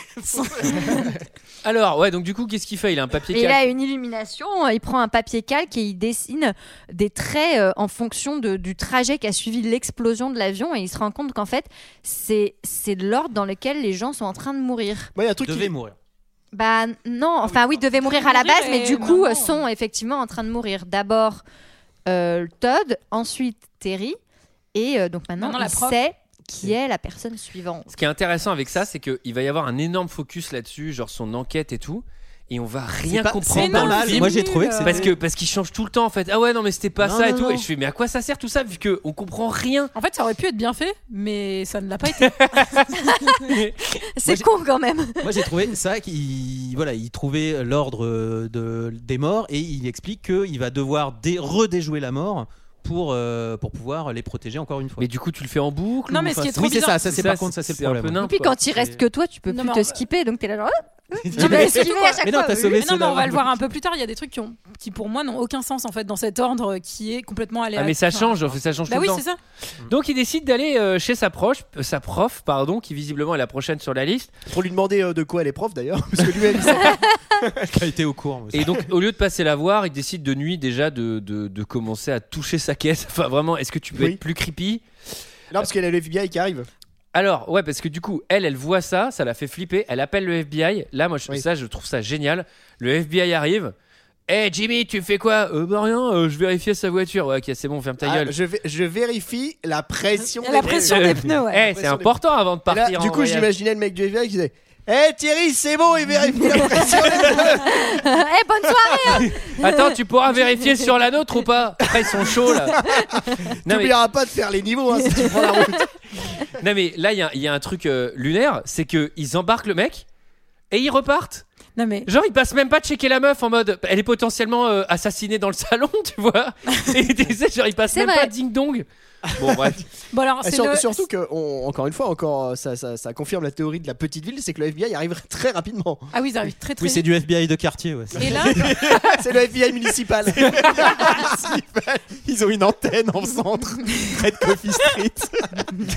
Alors, ouais, donc du coup, qu'est-ce qu'il fait Il a un papier
Et il
calque.
a une illumination, euh, il prend un papier calque et il dessine des traits euh, en fonction de- du trajet qui a suivi l'explosion de l'avion et il se rend compte qu'en fait, c'est c'est de l'ordre dans lequel les gens sont en train de mourir.
Moi, il y a un truc
Devait
qui.
mourir.
Bah non, enfin oui, devaient mourir à la
mourir
base, mais
et
du coup,
maintenant,
euh, sont effectivement en train de mourir. D'abord euh, Todd, ensuite Terry, et euh, donc maintenant,
Maintenant, la
il
prof.
sait qui est la personne suivante.
Ce qui est intéressant avec ça, c'est qu'il va y avoir un énorme focus là-dessus, genre son enquête et tout, et on va rien
C'est pas-
comprendre
c'est
dans
pas
le
mal.
film. Euh,
Moi, j'ai trouvé que
Parce
c'était.
Parce que parce qu'il change tout le temps en fait. Ah ouais non mais c'était pas
Non,
ça et
non,
tout.
non.
Et je fais mais à quoi ça sert tout ça vu que on comprend rien.
En fait, ça aurait pu être bien fait, mais ça ne l'a pas été.
C'est
j'ai-
con quand même.
Moi j'ai trouvé ça qu'il voilà, il trouvait l'ordre euh, de, des morts et il explique qu'il va devoir dé- redéjouer la mort pour, euh, pour pouvoir les protéger encore une fois.
Mais du coup tu le fais en boucle.
Non,
ou-
mais ce
enfin,
qui est trop
oui c'est
bizarre,
ça, ça c'est par contre ça c'est le
un peu
problème.
nimp,
Et puis
quoi.
quand il reste que toi, tu peux
Non,
plus
mais
te
en-
skipper, donc t'es là genre. Ah,
Non,
Tu
mais
m'as esquivé à chaque
Mais non,
fois.
t'as sauvé
Mais non, mais on
Soda.
va le voir un peu plus tard. Il y a des trucs qui, ont, qui pour moi n'ont aucun sens en fait dans cet ordre qui est complètement
Ah
aléatoire.
mais ça change, en fait, ça change
Bah
tout
oui,
le temps.
c'est ça.
Donc il décide d'aller euh, chez sa proche, euh, sa prof pardon, qui visiblement est la prochaine sur la liste.
Pour lui demander euh, de quoi elle est prof d'ailleurs, parce que lui-même il sait-
Qui a été au courant.
Et donc au lieu de passer la voir, il décide de nuit déjà de, de, de commencer à toucher sa caisse. Enfin vraiment, est-ce que tu peux
Oui.
être plus creepy
Non, parce qu'il a le FBI qui arrive.
Alors, ouais, parce que du coup, elle, elle voit ça, ça la fait flipper, elle appelle le FBI. Là, moi, je,
Oui.
ça, je trouve ça génial. Le FBI arrive. Hé, Jimmy, tu fais quoi euh, Bah rien, euh, je vérifiais sa voiture. Ouais, ok, c'est bon, ferme ta
Ah,
gueule.
je, vais- je vérifie la pression.
Il y a la
des-
pression des pneus,
Eh,
ouais.
c'est important avant de
Et là,
partir. en
du coup,
voyage.
j'imaginais le mec du FBI qui disait Hé Thierry, c'est bon, il vérifie la pression.
Eh, bonne soirée
Attends, tu pourras vérifier sur la nôtre ou pas Après, ils sont chauds là. non, mais,
T'oublieras pas de faire les niveaux hein, si tu prends la route.
non, mais là, il y a- il y, a un truc euh, lunaire c'est que ils embarquent le mec et ils repartent.
Non mais
Genre, ils passent même pas de checker la meuf en mode elle est potentiellement euh, assassinée dans le salon, tu vois. Et tu sais, genre, ils passent
C'est
même
vrai.
pas ding-dong. Bon, bref.
bon alors
Et
c'est
Ah, sur-
le-
Surtout que, on- encore une fois, encore, euh, ça, ça- ça confirme la théorie de la petite ville c'est que le FBI arrive très rapidement.
Ah oui, ils arrivent très très
Oui, c'est du FBI de quartier. Ouais.
vite. Et là,
c'est le FBI municipal.
Ils ont une antenne en centre, près de Coffee Street.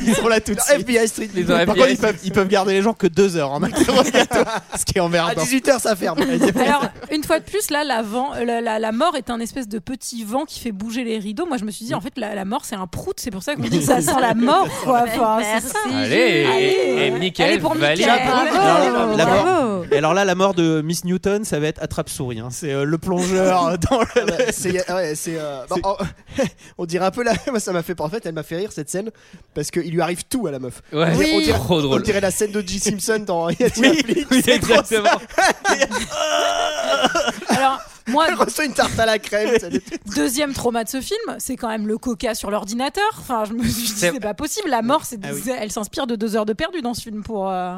Ils sont là tout de
Le FBI Street.
Les
Par
FBI.
contre, ils peuvent, ils peuvent garder les gens que deux heures en mode interrogatoire, ce qui est
À
emmerdant.
18h, ça ferme.
alors une fois de plus là, la, vent- euh, la, la- la mort est un espèce de petit vent qui fait bouger les rideaux. Moi, je me suis dit en fait la, la mort c'est un prout, c'est pour ça qu'on dit que ça sent la mort quoi. Enfin, c'est ça.
Allez,
Allez.
et Michael
Allez pour
Valli.
Michael.
Bravo. La mort.
Bravo
Et alors là, la mort de Miss Newton, ça va être attrape-souris. hein. C'est euh, le plongeur euh, dans le.
Ah bah, c'est- ouais, c'est, euh, bon, oh, on dirait un peu la. Moi, ça m'a fait. En fait, elle m'a fait rire cette scène parce qu'il lui arrive tout à la meuf.
Ouais,
Oui.
c'est trop
On
drôle.
dirait la scène de G. Simpson dans Y a-t-il un flic
Oui,
C'est trop ça.
exactement.
Alors moi,
Elle reçoit une tarte à la crème. ça dé-
Deuxième trauma de ce film, c'est quand même le coca sur l'ordinateur. Enfin, je me suis dit,
C'est-
c'est pas possible. La mort, c'est
Ah oui.
elle s'inspire de deux heures de perdu dans ce film pour. euh,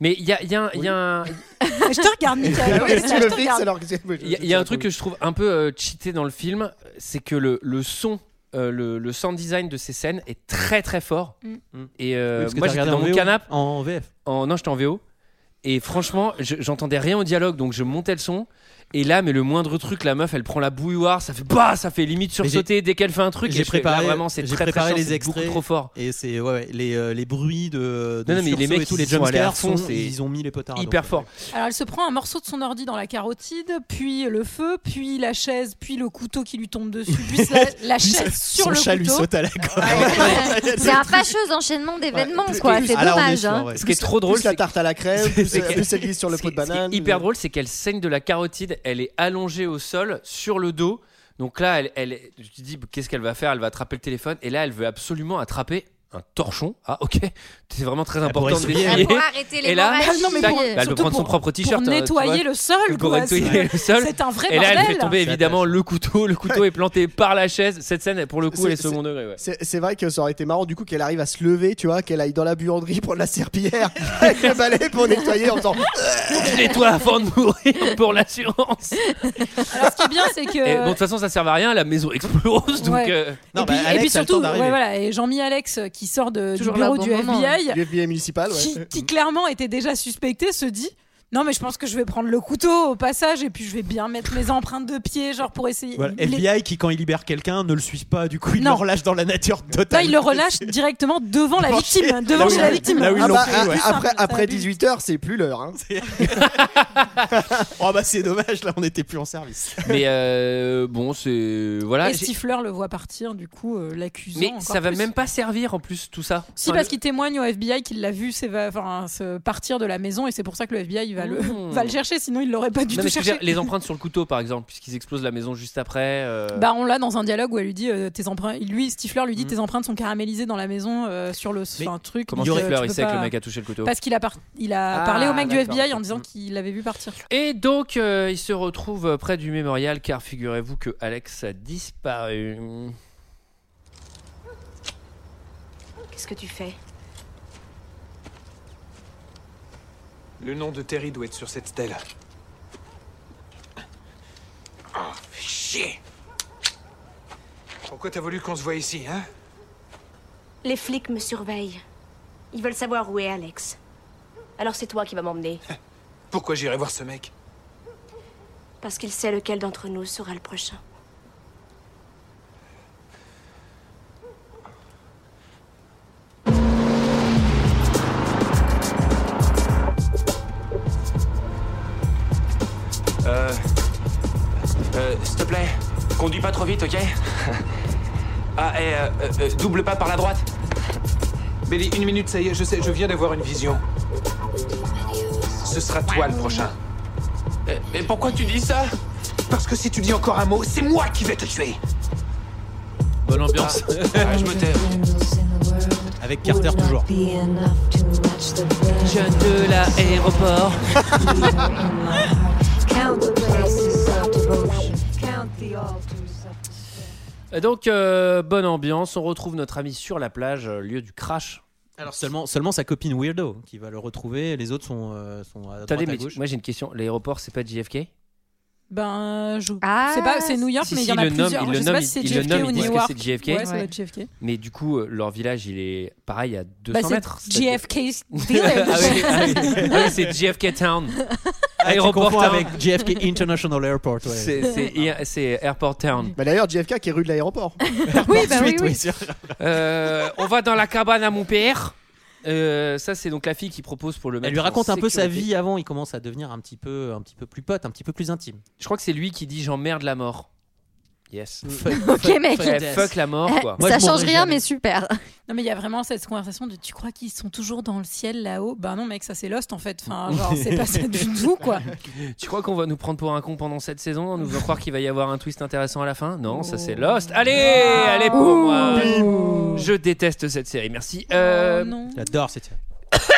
Mais il y a, il y a un- il y a un-
Je te regarde, Michael.
Qu'est-ce que tu
Bah Je
me
te
fixes
regarde.
alors que-
il y a- il y a un truc que je trouve un peu euh, cheaté dans le film, c'est que le, le son, euh, le, le sound design de ces scènes est très très fort.
Mm.
Et euh,
Oui, parce que
moi
t'as
j'étais
regardé
dans
en
mon
VO,
canapé,
En VF.
en... non j'étais en VO, et franchement je- j'entendais rien au dialogue, donc je montais le son. Et là, mais le moindre truc, la meuf, elle prend la bouilloire, ça fait bah, ça fait limite
Mais j'ai-
sursauter dès qu'elle fait un truc.
j'ai
et je fais, là,
préparé-
vraiment, c'est
j'ai
très, très
préparé
chiant,
les
c'est
extraits.
beaucoup trop fort.
Et c'est ouais, ouais, les, euh, les bruits de, de
Non, non, mais les
sursaut
mecs,
et tous
ils
les
sont allés à
jumpscares
fond,
sont,
c'est
ils ont mis les potards.
Hyper
donc,
fort.
Alors, elle se prend un morceau de son ordi dans la carotide, puis le feu, puis la chaise, puis le couteau qui lui tombe dessus, puis la, la
Puis
chaise
son-
sur
son
le
chat lui
couteau.
saute à la gorge.
C'est un fâcheux enchaînement d'événements,
Ouais.
quoi.
Plus-
C'est
Ah, là, on est
dommage.
sûr,
hein.
ouais.
Ce qui est trop drôle,
Plus la
c'est
tarte à la crème,
C'est-
plus, euh,
c'est-
plus celle qui est sur le
Ce
pot
qui-
de
euh.
ce qui est
banane.
hyper drôle, c'est qu'elle saigne de la carotide. Elle est allongée au sol, sur le dos. Donc là, elle, elle, tu te dis, bah, qu'est-ce qu'elle va faire Elle va attraper le téléphone. Et là, elle veut absolument attraper un torchon. Ah, ok. C'est vraiment très important
pourrait
de
se lier.
l'essayer.
Elle pourrait
arrêter
Et là,
l'hémorragie.
tac,
Ah non, mais
bah,
pour-
elle peut
surtout
prendre son
pour-
propre
pour
t-shirt. hein, tu vois.
nettoyer le sol,
Pour
quoi,
nettoyer
c'est-
le sol.
C'est un vrai
Et là, elle
bordel.
fait tomber
C'est
évidemment le couteau. Le couteau est planté par la chaise. Cette scène, pour le coup,
C'est-
elle est
c'est-
second degré. ouais.
C'est c'est vrai que ça aurait été marrant du coup qu'elle arrive à se lever, tu vois, qu'elle aille dans la buanderie prendre la serpillière avec le balai pour nettoyer en faisant
Je nettoie avant de mourir pour l'assurance.
Alors, ce qui est bien, c'est que.
Et bon, de toute façon, ça sert à rien. La maison explose. Donc,
Ouais.
euh,
Non, bah,
et, puis, et
Alex
puis
a le temps
surtout,
d'arriver.
ouais, voilà, et Jean-Mi Alex euh, qui sort de, du
Toujours là
bureau
au bon
du
moment, hein.
FBI,
du FBI municipal. Ouais.
qui, qui clairement était déjà suspecté, se dit Non, mais je pense que je vais prendre le couteau au passage et puis je vais bien mettre mes empreintes de pied, genre pour essayer.
Voilà,
les-
FBI qui, quand il libère quelqu'un, ne le suit pas, du coup, il
Non.
le relâche dans la nature
Là,
totale.
il le relâche directement devant la
Devant
victime.
chez-
Devant
là où
chez
ils-
la victime.
là où ils
Ah
l'ont
bah,
pris,
a-
ouais.
Après,
Ça
après
abuse.
18h, c'est plus l'heure. hein.
Oh bah c'est dommage, là on n'était plus en service.
mais euh, bon, c'est voilà.
Et
Ah, j'ai-
Stifler le voit partir, du coup, euh, l'accusant.
Mais
encore
ça va
plus.
même pas servir en plus tout ça.
Si,
Enfin,
parce qu'il témoigne au FBI qu'il l'a vu s'éva- enfin, se partir de la maison et c'est pour ça que le FBI va le,
Mmh.
va le chercher, sinon il l'aurait pas du
Non,
tout
mais je veux
cherché.
dire, les empreintes sur le couteau, par exemple, puisqu'ils explosent la maison juste après. euh,
Bah, on l'a dans un dialogue où elle lui dit euh, tes empreintes. Lui, Stifler lui dit
Mm.
tes empreintes sont caramélisées dans la maison euh, sur le
Mais
sur un truc.
comment
donc, euh,
Stifler
tu
il
peux
sait que
pas-
le mec a touché le couteau
Parce qu'il a, par- il a
Ah,
parlé au mec du
d'accord.
FBI en disant
Mm.
qu'il l'avait vu partir.
Et donc, euh, il se retrouve euh, près du mémorial, car figurez-vous que Alex a disparu.
Qu'est-ce que tu fais
Le nom de Terry doit être sur cette stèle.
Chier Pourquoi t'as voulu qu'on se voie ici, hein
Les flics me surveillent. Ils veulent savoir où est Alex. Alors c'est toi qui vas m'emmener,
Pourquoi j'irai voir ce mec
parce qu'il sait lequel d'entre nous sera le prochain.
Euh. euh, S'il te plaît, conduis pas trop vite, ok Ah, et euh, euh, double pas par la droite.
Billy, une minute, ça y est, je sais, je viens d'avoir une vision. Ce sera toi le prochain.
Mais, mais pourquoi tu dis ça
Parce que si tu dis encore un mot, c'est moi qui vais te tuer
Bonne ambiance.
Ah, Je me tais.
Avec Carter
Oh
toujours.
Jeune de l'aéroport. Donc, euh, bonne ambiance. On retrouve notre ami sur la plage, euh, lieu du crash.
Alors seulement, seulement sa copine Weirdo qui va le retrouver, les autres sont, euh, sont à droite
Attendez,
à
mais
gauche.
moi j'ai une question. L'aéroport, c'est pas JFK
Ben, je.
Ah.
c'est pas, c'est New York,
Si,
mais
si,
il y en a
il le nomme,
plusieurs.
il
je
le
sais pas
nomme,
si c'est
il le
JFK
nomme,
ou
il dit que
Newark.
c'est JFK.
Ouais, ça doit
Ouais.
être JFK.
Mais du coup, euh, leur village, il est pareil à 200
Bah, c'est
mètres.
JFK
ah
Village.
oui, ah oui. Ah oui, c'est JFK Town.
Ah, tu
Aéroport
confonds
Town.
avec JFK International Airport. ouais.
C'est- C'est c'est Airport Town.
Bah, D'ailleurs, JFK qui est rue de l'aéroport.
Oui, bah oui,
Ensuite,
oui.
oui, sûr.
Euh, on va dans la cabane à mon père. Euh, ça, c'est donc la fille qui propose pour le mettre
Elle lui
en
raconte un peu sa
sécurité.
vie avant, il commence à devenir un petit peu, un petit peu plus pote, un petit peu plus intime.
Je crois que c'est lui qui dit J'emmerde la mort. Yes.
Ok, mec.
Eh, fuck la mort,
Eh,
quoi.
Moi,
ça
je
change
mourrai
rien,
jamais.
mais super.
Non mais il y a vraiment cette conversation de tu crois qu'ils sont toujours dans le ciel là-haut Bah non mec ça c'est Lost en fait. Enfin genre c'est pas ça du tout quoi.
Tu crois qu'on va nous prendre pour un con pendant cette saison en nous faisant croire qu'il va y avoir un twist intéressant à la fin Non, ça
Oh.
c'est Lost. Allez, allez pour moi. Je déteste cette série, merci. Euh,
Oh, non.
J'adore cette série.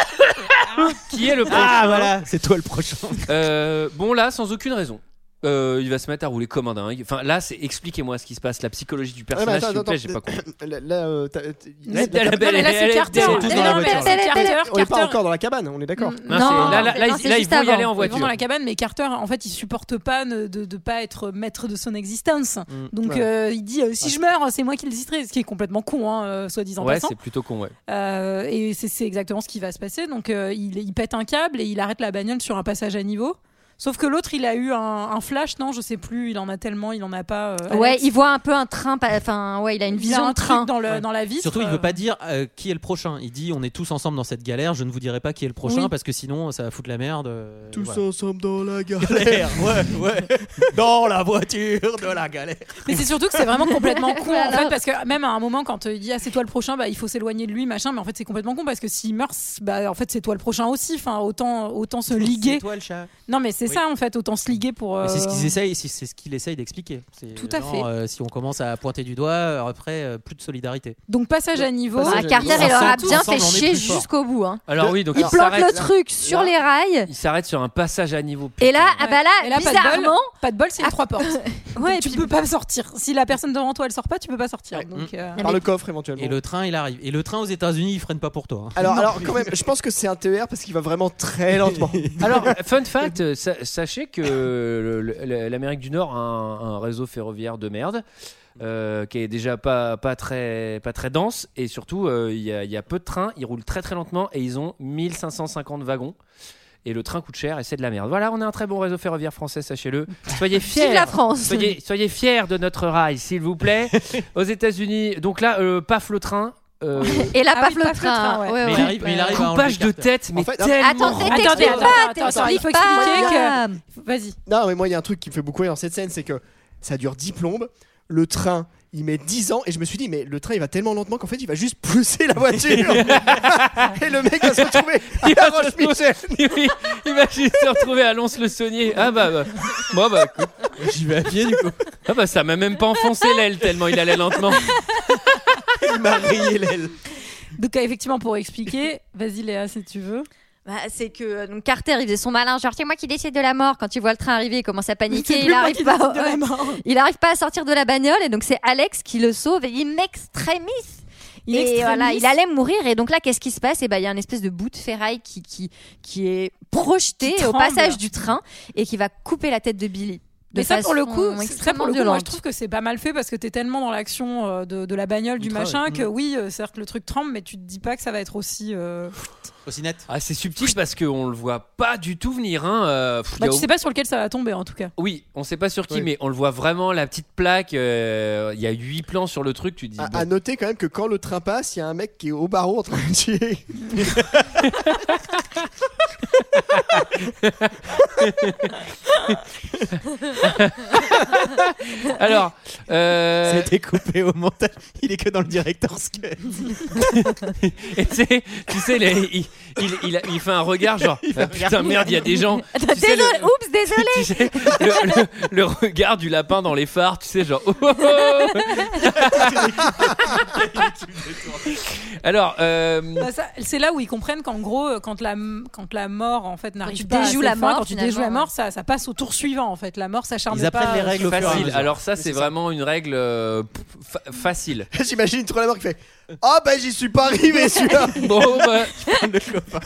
qui est le prochain
Ah voilà, c'est toi le prochain.
Euh, bon là, sans aucune raison. Euh, il va se mettre à rouler comme un dingue. Enfin, là, c'est expliquez-moi ce qui se passe, la psychologie du personnage,
Ouais, Ah, mais attends,
s'il vous plaît,
attends,
j'ai pas compris.
Là, là, euh, t'as- t'as-
Mais-
là,
la
non,
belle-
mais là
elle-
c'est Carter. hein.
elle est tous dans la
Non, mais là,
voiture.
c'est Carter.
on n'est pas
Carter.
encore dans la cabane, on est
Mm.
d'accord.
Non, c'est- là, là, là,
non,
ils-
c'est
là, ils
juste
vont y
avant.
aller en
Ils vont
voiture.
dans la cabane, mais Carter, en fait, il supporte pas ne- de ne pas être maître de son existence.
Mm.
Donc
Ouais.
euh, il dit euh, si je meurs, c'est moi qui le distrais, ce qui est complètement con, hein, euh, soit disant
Ouais,
passant.
c'est plutôt con, ouais.
Euh, et c'est c'est exactement ce qui va se passer. Donc euh, il, il pète un câble et il arrête la bagnole sur un passage à niveau. Sauf que l'autre, il a eu un, un flash, non, je sais plus, il en a tellement, il en a pas. euh,
Ouais,
Alex.
il voit un peu un train. pas- Enfin, ouais, il a une
Il a
vision
un
de train.
truc dans, le, dans la vie.
Surtout, il veut pas dire euh, qui est le prochain. Il dit on est tous ensemble dans cette galère. Je ne vous dirai pas qui est le prochain
Oui.
parce que sinon ça va foutre la merde. euh,
Tous
voilà.
ensemble dans la
Galère,
galère.
ouais, ouais. Dans la voiture de la galère.
Mais c'est surtout que c'est vraiment complètement con en
Voilà.
fait, parce que même à un moment quand euh, il dit ah c'est toi le prochain, bah il faut s'éloigner de lui machin, mais en fait c'est complètement con parce que s'il meurt, c- bah en fait c'est toi le prochain aussi. Enfin autant autant se liguer.
toi le chat.
Non mais c'est c'est ça en fait, autant se liguer pour.
Mais C'est ce
euh,
qu'ils essayent, c'est c'est ce qu'il essaye d'expliquer. C'est
Tout à
genre,
fait.
euh, si on commence à pointer du doigt, euh, après euh, plus de solidarité.
Donc passage à niveau.
Passage à
Ah, Carter,
niveau.
elle leur a
Ensemble,
bien
on est
fait chier
plus fort.
jusqu'au bout. hein.
Alors oui, donc
Il
il
plante
s'arrête.
le truc sur les rails.
Il s'arrête sur un passage à niveau.
Et là,
Putain.
ah bah là,
Et là, pas de bol,
bizarrement,
pas de bol, c'est les trois portes.
Ah. Ouais,
Ouais, tu peux pas sortir. Si la personne devant toi elle sort pas, tu peux pas sortir. Donc, euh,
Par le coffre éventuellement.
Et le train, il arrive. Et le train aux États-Unis, il freine pas pour toi. hein.
Alors, alors quand même, je pense que c'est un TER parce qu'il va vraiment très lentement.
Alors, fun fact, euh, sa- sachez que euh, le- le- l'Amérique du Nord a un, un réseau ferroviaire de merde. euh, qui est déjà pas, pas, très, pas très dense et surtout euh, il y, a- il y a peu de trains, ils roulent très très lentement et ils ont 1550 wagons et le train coûte cher et c'est de la merde. Voilà, on a un très bon réseau ferroviaire français, sachez-le. Soyez fiers.
vive la France.
Soyez, soyez fiers de notre rail, s'il vous plaît. Aux États-Unis, donc là, euh, paf le train. euh,
Et là,
Ah
paf
oui,
le
paf le
train.
train, ouais.
Mais
ouais, ouais.
il arrive, mais il arrive à enlever
coupage de
Carter.
tête, mais
En fait, non,
tellement.
Attends,
Attendez,
t'expliques
attends,
pas,
attends, attends,
t'expliques
il faut
pas.
expliquer que-
madame.
Vas-y.
Non, mais moi, il y a un truc qui me fait beaucoup rire dans cette scène, c'est que ça dure 10 plombes, le train, il met 10 ans, et je me suis dit, mais le train, il va tellement lentement qu'en fait, il va juste pousser la voiture. et le mec va se retrouver à
Il
la
va se
Roche-Michel.
Oui, il va juste se retrouver à Lons-le-Saunier. Ah bah, bah. Bon, bah, écoute.
J'y vais à pied du coup.
Ah bah ça m'a même pas enfoncé l'aile tellement il allait lentement.
Il m'a rayé l'aile.
Donc euh, effectivement pour expliquer, vas-y Léa si tu veux.
Bah, c'est que euh, donc Carter, il faisait son malin, genre c'est moi qui décide de la mort. Quand il voit le train arriver, il commence à paniquer,
C'est
il
plus moi
arrive
qui
pas.
décide de la
ouais.
mort.
Il arrive pas à sortir de la bagnole et donc c'est Alex qui le sauve et il m'extrémise.
In
et
extremis.
voilà, il allait mourir et donc là qu'est-ce qui se passe Et ben il y a une espèce de bout de ferraille qui qui qui est projeté
Qui
au
tremble.
passage du train et qui va couper la tête de Billy. De
Mais ça pour le
façon
coup, c'est- ça
extrêmement
pour le coup, moi, je
violente.
trouve que c'est pas mal fait parce que t'es tellement dans l'action euh, de, de la bagnole, du,
Mmh.
Du train,
machin,
ouais.
que oui, euh, certes le truc tremble, mais tu te dis pas que ça va être aussi. euh,
Aussi net.
Ah c'est subtil parce qu'on le voit pas du tout venir. Hein. euh, pff,
Bah,
y a
tu
au-
sais pas sur lequel ça va tomber en tout cas.
Oui, on sait pas sur qui,
Oui.
mais on le voit vraiment la petite plaque. euh, Il y a huit plans sur le truc. Tu te dis.
À,
bon.
à noter quand même que quand le train passe, il y a un mec qui est au barreau en train de chier.
Alors, euh,
Ça a été coupé au montage. Il est que dans le director's cut.
et tu sais, tu sais, les- il, il, il a- il fait un regard genre ah, putain merde, il y a des gens.
Attends,
Tu sais, le-
désolé- Oups, désolé.
Tu sais, le, le- le regard du lapin dans les phares, tu sais, genre. oh, oh, oh. oh. Alors, euh,
Bah, ça, c'est là où ils comprennent qu'en gros, euh, quand la, quand la mort en fait n'arrive
tu
pas, à
déjoues
ses
la
fins,
mort,
quand tu
finalement,
déjoues la mort,
ouais.
ça, ça passe au tour suivant en fait. La mort s'acharne
Ils apprennent
pas. euh,
les règles au fur et à
facile.
mesure.
Alors ça,
Oui,
c'est
c'est ça.
vraiment une règle euh, pff, fa- facile.
J'imagine trop la mort qui fait Ah bah j'y suis pas arrivé celui-là
Bon, bah,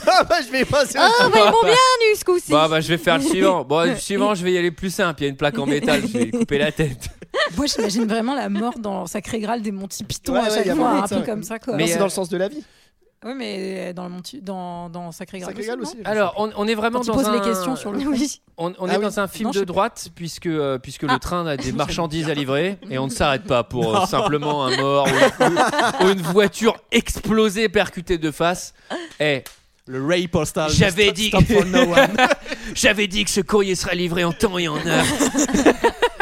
Ah bah je vais passer au-
Oh, bah, ils m'ont bien nu ce coup-ci.
bon, bah, je vais faire le suivant. Bon, le suivant, je vais y aller plus simple. Il y a une plaque en métal, je vais lui couper la tête.
Moi, j'imagine vraiment la mort dans Sacré Graal des Monty Python
Ouais,
à
ouais,
chaque
y a
fois,
vraiment
un
ça,
peu
ouais.
comme ça. Quoi.
Mais,
Non, c'est
euh,
dans le sens de la vie.
Oui, mais euh, dans, le Monty- dans, dans Sacré Graal.
Ça régale aussi.
Alors, on, on est vraiment
Quand tu
dans
poses
un...
les questions sur le.
Oui.
On, on
Ah
est
oui.
dans un film
Non, je
de
sais pas.
droite puisque euh, puisque
Ah.
le train a des marchandises à livrer et on ne s'arrête pas pour euh, simplement un mort ou, ou- ou une voiture explosée percutée de face. Eh,
Le Ray Postal.
J'avais dit-
Stop for no one.
j'avais dit que ce courrier sera livré en temps et en heure.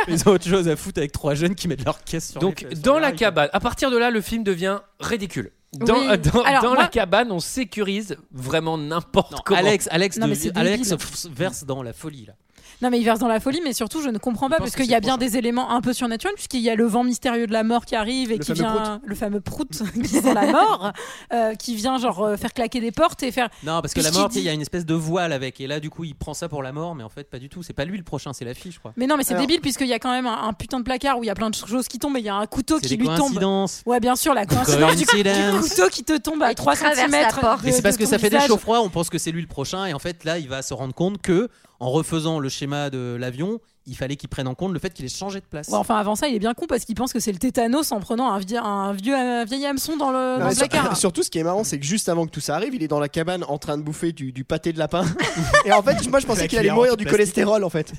Ils ont autre chose à foutre avec trois jeunes qui mettent leur caisse sur
Donc
les- sur
dans
les
la
rails,
cabane, à partir de là, le film devient ridicule. Dans,
Oui.
euh, dans,
Alors,
dans
moi-
la cabane, on sécurise vraiment n'importe
Non,
comment.
Alex, Alex,
Non, mais
devi-
c'est
Alex
débile.
f- verse dans la folie là.
Non, mais il verse dans la folie, mais surtout, je ne comprends pas
pense
parce
que
qu'il y a
c'est
bien des éléments un peu surnaturels, puisqu'il y a le vent mystérieux de la mort qui arrive et
Le
qui
fameux
vient. Le fameux prout qui sent la mort, euh, qui vient genre euh, faire claquer des portes et faire.
Non, parce que
Puis
la
qui
mort, tu
dit-
sais, il y a une espèce de voile avec. Et là, du coup, il prend ça pour la mort, mais en fait, pas du tout. C'est pas lui le prochain, c'est la fille, je crois.
Mais non, mais c'est
Alors-
débile puisqu'il y a quand même un, un putain de placard où il y a plein de choses qui tombent et il y a un couteau
C'est
qui
des
lui tombe.
coïncidences.
Ouais, bien sûr, la coïncidence du, du
Coïncidences.
couteau qui te tombe à
Et qui
3
traverse la
cm.
porte.
Mais c'est parce que ça fait des chauds froids, on pense que c'est lui le prochain, et en fait là il va se rendre compte que en refaisant le schéma de l'avion, il fallait qu'il prenne en compte le fait qu'il ait changé de place.
Ouais, enfin, avant ça, il est bien con parce qu'il pense que c'est le tétanos en prenant un, vie- un vieux, un vieil hameçon dans le, dans
Non,
le
mais sur-
placard.
surtout, ce qui est marrant, c'est que juste avant que tout ça arrive, il est dans la cabane en train de bouffer du, du pâté de lapin. et en fait, moi, je pensais
La
qu'il allait
cuillère
mourir
en
du
plastique.
cholestérol, en fait.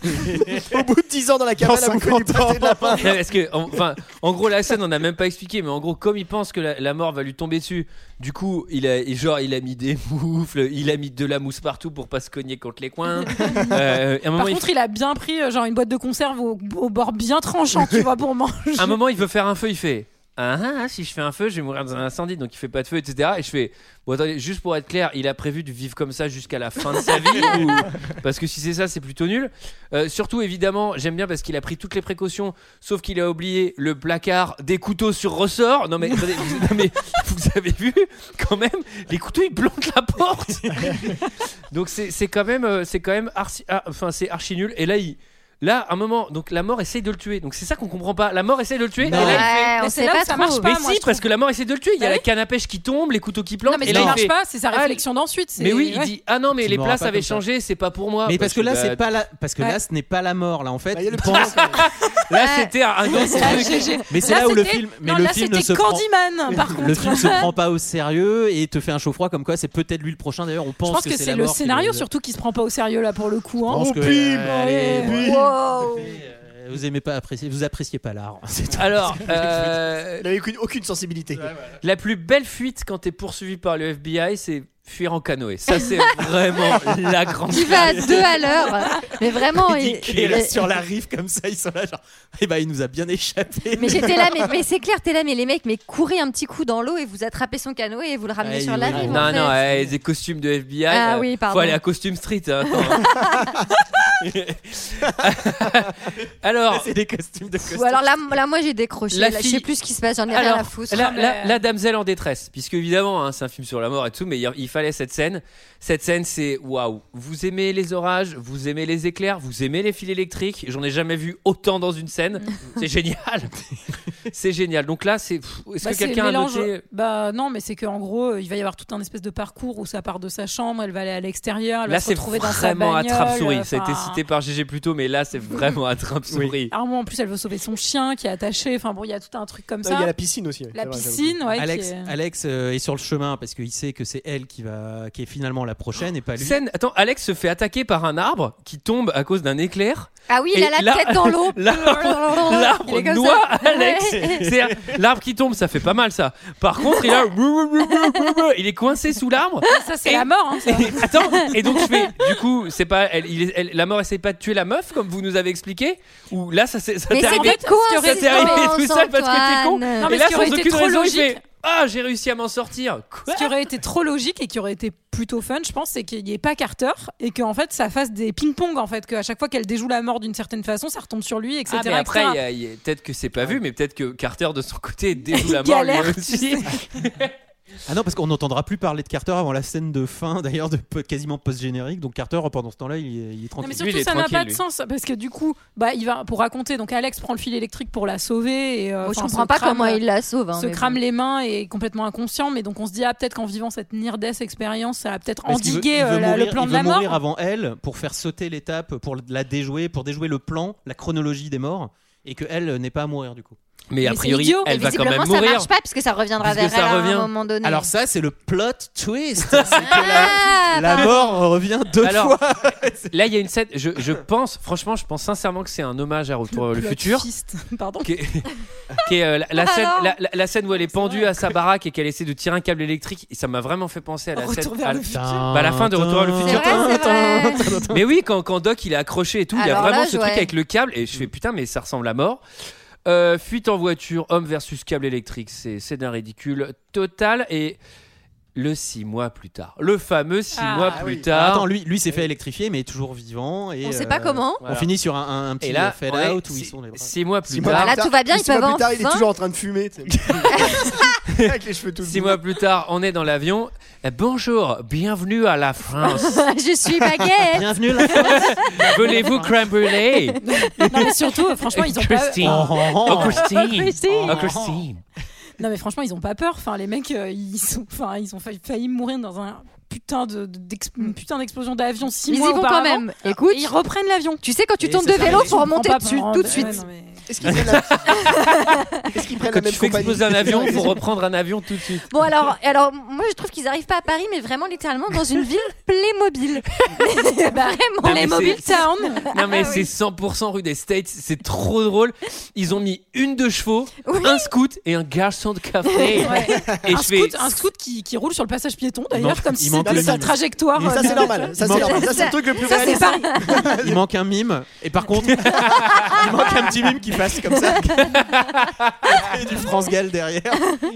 Au bout de 10 ans dans la cabane, à bouffer du pâté de lapin.
Non, mais est-ce que, en- enfin, en gros, la scène, on n'a même pas expliqué, mais en gros, comme il pense que la, la mort va lui tomber dessus, du coup, il a, il- genre, il a mis des moufles, il a mis de la mousse partout pour pas se cogner contre les coins. Euh,
Ah
et à un moment,
Par
il-
contre, il a bien pris euh, genre une boîte de conserve au, au bord bien tranchant, tu vois, pour manger.
à un moment, il veut faire un feu, il fait. ah, ah, ah, si je fais un feu, je vais mourir dans un incendie, donc il fait pas de feu, etc. Et je fais, bon, attendez, juste pour être clair, il a prévu de vivre comme ça jusqu'à la fin de sa vie, ou- parce que si c'est ça, c'est plutôt nul. Euh, surtout, évidemment, j'aime bien parce qu'il a pris toutes les précautions, sauf qu'il a oublié le placard des couteaux sur ressort. Non, mais, attendez, vous, non, mais vous avez vu, quand même, les couteaux ils plantent la porte. donc c'est c'est quand même, euh, c'est quand même archi, ah, enfin, c'est archi nul. Et là, il. Là, à un moment, donc la mort essaye de le tuer. Donc c'est ça qu'on comprend pas. La mort essaye de le tuer.
Non.
Et là, il
Ouais,
fait-
on
Mais
sait
c'est là
pas
où ça
trop.
marche pas,
mais
moi,
si,
je
parce que la mort essaie de le tuer. Il y a
Bah
la
oui.
canne à pêche qui tombe, les couteaux qui plantent.
Non, mais
et
ça
là, il
marche
fait,
pas, c'est sa
Ah,
réflexion d'ensuite. c'est-
Mais oui, il
ouais.
dit Ah non, mais
Tu
les
m'auras
places
pas
avaient
comme ça.
changé, c'est pas pour moi. Bah,
Mais parce
je
que
suis
là,
bah,
c'est pas la... parce que
Ouais.
là, ce n'est pas la mort. Là, en fait,
Bah, il y a le
il pense.
Là, c'était un un autre
Ah,
truc.
GG.
Mais c'est
Là,
là, où le
c'était-
film. Mais
non,
le
là,
film
c'était
ne se prend.
Candyman, par contre.
Le film se prend pas au sérieux et te fait un chaud froid comme quoi c'est peut-être lui le prochain. D'ailleurs, on pense,
Je pense que c'est
la
le
mort qui
scénario
le-
surtout qui se prend pas au sérieux là pour le coup.
Je
hein.
pense
Oh,
que,
bim,
euh, allez,
bim.
bon,
Wow.
euh, Vous aimez pas apprécier, vous appréciez pas l'art. C'est tout.
Alors, euh,
Il avait aucune, aucune sensibilité.
la plus belle fuite quand t'es poursuivi par le FBI, c'est fuir en canoë. Ça, c'est vraiment la grande.
Il va à deux à l'heure. Mais vraiment,
Il
il-
dit qu'il est là sur la rive comme ça, ils sont là genre, eh ben il nous a bien échappé.
Mais j'étais là, mais, mais c'est clair, t'es là, mais les mecs, mais courez un petit coup dans l'eau et vous attrapez son canot et vous le ramenez
Ouais,
sur
il-
la
il-
rive. en
Non,
fait.
non, eh, des costumes de FBI.
Ah
euh,
oui, pardon.
Faut aller à costume street. hein, attends. Alors,
C'est des costumes de costume.
Ou alors là, là moi j'ai décroché,
La
là, je
fille-
sais plus ce qui se passe, j'en ai rien à
Alors,
foutre.
la,
mais-
la- la damsel en détresse, puisque évidemment, hein, c'est un film sur la mort et tout, mais il, il fallait cette scène. Cette scène, c'est waouh. Vous aimez les orages, vous aimez les éclairs, vous aimez les fils électriques. J'en ai jamais vu autant dans une scène. C'est génial. c'est génial. Donc là, c'est. pff, Est-ce
Bah,
que
c'est le
quelqu'un a
mélange-
noté
Bah non, mais c'est qu'en gros, euh, il va y avoir tout un espèce de parcours où ça part de sa chambre, elle va aller à l'extérieur, elle
Là,
va se
c'est
retrouver dans sa
vraiment
bagnole.
attrape-souris.
euh,
Ça a été
enfin, Ah.
cité par GG plus tôt, mais là, c'est vraiment attrape-souris.
Armand, en plus, elle veut sauver son chien qui est attaché. Enfin bon, il y a tout un truc comme
Non, Euh, il y
ça.
a la piscine aussi. ouais.
La
C'est vrai, j'avoue.
piscine, ouais. qui
Alex,
est-
Alex euh, est sur le chemin parce qu'il sait que c'est elle qui va, qui est finalement la prochaine et pas lui.
Scène, attends, Alex se fait attaquer par un arbre qui tombe à cause d'un éclair.
Ah oui,
Et
il a la
là-
tête dans l'eau.
L'arbre
Il est
l'arbre
comme
noie
ça.
Alex.
Ouais.
C'est-à-dire, L'arbre qui tombe, ça fait pas mal ça. Par contre, il a il est coincé sous l'arbre.
Ça, c'est
Et-
la mort. hein, ça.
Et- Attends, et donc je fais du coup, c'est pas elle, il est- elle- la mort essaie pas de tuer la meuf comme vous nous avez expliqué ou là ça s'est- ça
Mais
t'est
c'est
arrivé
des cons,
ce qui aurait
ça t'est arrivé tout seul parce que t'es con.
Antoine.
Non, mais
et là
ce qui aurait
sans
été
aucune
trop
raison, il
logique.
fait ah, j'ai réussi à m'en sortir. Quoi
Ce qui aurait été trop logique et qui aurait été plutôt fun, je pense, c'est qu'il n'y ait pas Carter et qu'en fait ça fasse des ping-pong en fait, qu'à chaque fois qu'elle déjoue la mort d'une certaine façon, ça retombe sur lui, etc.
Ah, mais après,
etc.
il y a- il y a- peut-être que c'est pas vu, mais peut-être que Carter de son côté déjoue
Il
la mort lui
galère, tu
aussi.
Ah non, parce qu'on n'entendra plus parler de Carter avant la scène de fin, d'ailleurs, de po- quasiment post-génértique. Donc Carter, pendant ce temps-là, il est, il est
Non,
tranquille.
mais
Lui,
surtout,
il est
ça n'a
tranquille,
pas de
lui.
sens parce que du coup, bah, il va pour raconter. Donc, Alex prend le fil électrique pour la sauver. Et, euh,
Bon, je
enfin,
comprends
se
pas
crame-
comment il la sauve. hein,
se
mais bon.
crame les mains et est complètement inconscient. Mais donc, on se dit, ah, peut-être qu'en vivant cette near-death expérience, ça a peut-être
Parce qu'il veut-
endigué
il veut
euh, la- le
mourir-
plan
il
de
veut
la mort.
mourir avant elle pour faire sauter l'étape, pour la déjouer, pour déjouer le plan, la chronologie des morts, et que elle euh, n'ait pas à mourir du coup.
Mais a
c'est
priori,
idiot.
elle
Et
va quand même
visiblement, ça
mourir.
marche pas puisque ça reviendra
Puisque
vers
ça
elle
revient.
à un moment donné.
Alors ça, c'est le plot twist. C'est que la,
ah,
la
pardon.
mort revient deux
Alors,
fois.
Là, il y a une scène. Je, je pense, franchement, je pense sincèrement que c'est un hommage à Retour
euh,
vers le
Plot
futur.
twist. Pardon.
Qui est, qui est, euh, la, la scène,
Alors
la, la- la scène où elle est pendue à sa baraque et qu'elle essaie de tirer un câble électrique, et ça m'a vraiment fait penser à la
Retour
scène.
vers
à-
le futur.
Bah,
à la fin de Retour vers le
C'est
futur.
vrai, c'est vrai.
Mais oui, quand, quand Doc il est accroché et tout, il y a
Alors
vraiment
là,
ce
ouais.
truc avec le câble, et je fais putain, mais ça ressemble à mort. Euh, fuite en voiture, homme versus câble électrique, c'est c'est d'un ridicule total. Et le six mois plus tard, le fameux six
Ah,
mois
oui.
plus
Ah,
tard.
Attends, lui, lui s'est fait électrifier, mais est toujours vivant. Et,
On sait
euh,
pas comment.
On finit sur un, un- un petit
et là,
fade
on est
out où ils
six-
sont les bras.
six mois plus
Six mois
tard.
plus
Là, tout va bien,
Six
ils peuvent
mois plus tard, il est
enfin-
toujours en train de fumer. tu sais. Avec les cheveux tout
Six mois plus tard, on est dans l'avion. Eh, Bonjour, bienvenue à la France.
je suis baguette.
Bienvenue la France.
Voulez-vous crème brûlée
Non, mais surtout, euh, franchement, ils ont pas.
Christine.
Oh, oh, oh.
Oh, Christine.
Christine.
Oh, Christine.
Non, mais franchement, ils ont pas peur. Enfin, les mecs, euh, ils sont, enfin, ils ont failli, failli mourir dans un putain de, de- d'ex- une putain d'explosion d'avion six
Ils y
mois
vont quand
auparavant.
même. Écoute,
Et ils reprennent l'avion.
tu sais, quand tu
Et
tombes de
c'est ça,
vélo,
je
faut remonter
Prends pas
dessus
pour un-
tout de
Ouais,
suite.
non, mais-
Est-ce qu'ils prennent la, Est-ce qu'ils prennent
Quand
la même
tu fais
compagnie
exploser un avion, faut reprendre un avion tout de suite.
Bon alors, alors moi je trouve qu'ils arrivent pas à Paris, mais vraiment littéralement dans une ville Playmobil.
Non,
vraiment.
mais
Playmobil
c'est-
Town.
Non mais
Ah
c'est
oui.
100% rue des States, c'est trop drôle. Ils ont mis une de chevaux,
Oui.
un scoot et un garçon de café.
Ouais.
Et
un,
je fais
scoot, un scoot qui, qui roule sur le passage piéton
Il
d'ailleurs,
manque-
comme
il
si
manque
c'était
le
sa
mime.
trajectoire.
Ça, c'est normal. Ça, c'est normal. Ça, c'est le truc le plus
Ça, c'est
réaliste.
Paris.
Il manque un mime. Et par contre, il manque un petit mime qui
qui passe comme ça.
Et du France Gall derrière.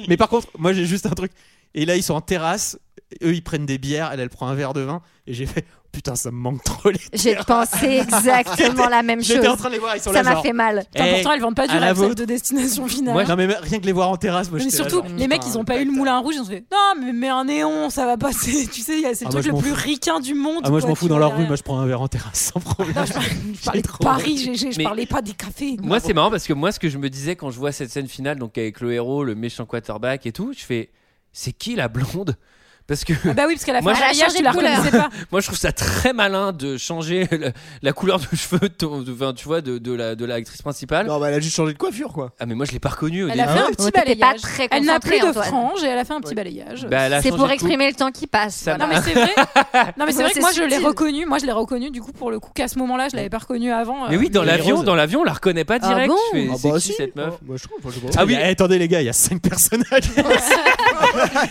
Mais par contre, moi j'ai juste un truc. Et là, ils sont en terrasse. Eux, ils prennent des bières. Elle, elle prend un verre de vin. Et j'ai fait Putain, ça me manque trop les.
J'ai pensé exactement la même
J'étais en
chose.
train de les voir. Ils sont là.
Ça m'a
genre,
fait mal.
Putain,
Eh,
pourtant, elles vendent pas
à
du
la
rêve
vôtre.
de destination finale.
Moi,
Non, mais même- rien que les voir en terrasse, moi
mais
j'étais là,
surtout,
genre,
les mecs, ils ont pas eu le moulin rouge, ils ont fait Non, mais mets un néon, ça va passer. Tu sais, il y a- c'est le
Ah, moi,
truc
je m'en
le plus
fous.
ricain du monde.
Ah, moi je
quoi,
m'en
tu
fous dans
vois,
leur rue,
derrière.
moi je prends un verre en terrasse sans problème.
Non, je parlais- je
J'ai
parlais de
trop
Paris,
honte.
GG, je
Mais-
parlais pas des cafés.
Moi, c'est marrant parce que moi, ce que je me disais quand je vois cette scène finale, donc avec le héros, le méchant quarterback et tout, je fais c'est qui la blonde Parce que
Ah bah oui, parce qu'elle a fait
Moi,
un
je-
maquillage, tu la
Elle a changé de
reconnaissais pas.
moi, je trouve ça très malin de changer le- la couleur de cheveux, de ton- de- enfin, tu vois, de, de la de l'actrice principale.
non, bah, elle a juste changé de coiffure, quoi.
Ah, mais moi, je l'ai pas reconnue au
Elle a
début.
fait un
Ouais,
petit
t'étais pas
balayage.
très
Elle n'a plus
concentré,
de
Antoine.
frange et elle a fait un petit balayage.
Bah, elle a
C'est
changé
pour
tout.
exprimer le temps qui passe.
Ça
Non
voilà.
mais c'est vrai. Non mais c'est
Ouais,
vrai
c'est
que moi je l'ai
subtil.
reconnu. Moi je l'ai reconnu du coup pour le coup qu'à ce moment-là je l'avais pas reconnu avant. euh,
Mais oui, dans
Mais les
l'avion,
roses.
dans l'avion, on la reconnaît pas
Ah
direct.
bon
Je fais,
Ah
c'est
bah
qui
si.
cette meuf
Moi, je trouve, enfin, je sais pas.
Ah oui, eh, attendez les gars, il y a 5 personnages.
Ah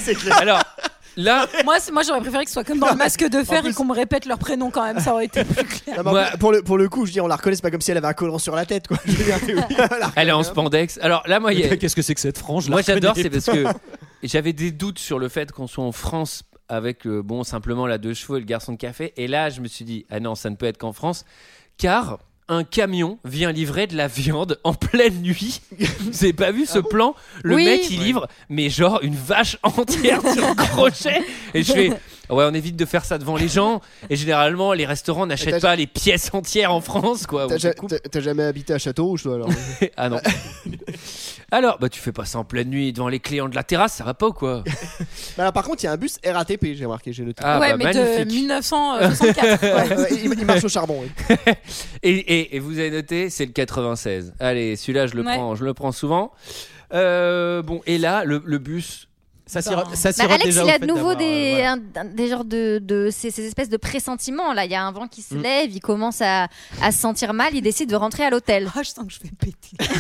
c'est clair.
Alors là,
Moi c'est- moi j'aurais préféré que ce soit comme dans le masque de fer et qu'on me répète leur prénom quand même. Ça aurait été plus
Non, Ah,
clair.
mais en
Moi-
plus, pour, le, pour le coup, je dis, on la reconnaît, c'est pas comme si elle avait un collant sur la tête, quoi. Je veux dire,
Ah,
oui, voilà.
elle est en spandex. Alors là, moi, il y a-
Qu'est-ce que c'est que cette frange
Moi j'adore, c'est parce que j'avais des doutes sur le fait qu'on soit en France avec euh, bon simplement la deux chevaux et le garçon de café. Et là, je me suis dit ah non, ça ne peut être qu'en France, car un camion vient livrer de la viande en pleine nuit. Vous avez pas vu
Ah
ce plan Le
Oui.
mec il livre, mais genre une vache entière sur le crochet. Et je fais ouais, on évite de faire ça devant les gens. Et généralement, les restaurants n'achètent
T'as-
pas les pièces entières en France, quoi.
T'as
On te
ja-
coupe.
t'as- T'as jamais habité à Château-Rouge, toi, alors
Ah non. Alors, bah tu fais pas ça en pleine nuit devant les clients de la terrasse, ça va pas ou quoi
Bah, alors, Par contre, il y a un bus RATP, j'ai remarqué, j'ai noté.
Ah
ouais
bah,
mais de
magnifique.
1964. ouais.
Ouais, il, il marche au charbon. oui.
Et, et- et vous avez noté, c'est le 96. Allez, celui-là, je le
Ouais.
prends, je le prends souvent. Euh, bon, et là, le, le bus.
Ça s'y
Bah,
re- ça s'y
Bah,
re-
Alex,
déjà
il
au
a
fait
de nouveau
d'avoir, euh,
des,
voilà.
un- un- des genres de, de ces, ces espèces de pressentiments. Là, il y a un vent qui se
Mm.
lève, il commence à, à se sentir mal, il décide de rentrer à l'hôtel.
Ah, je sens que je vais péter.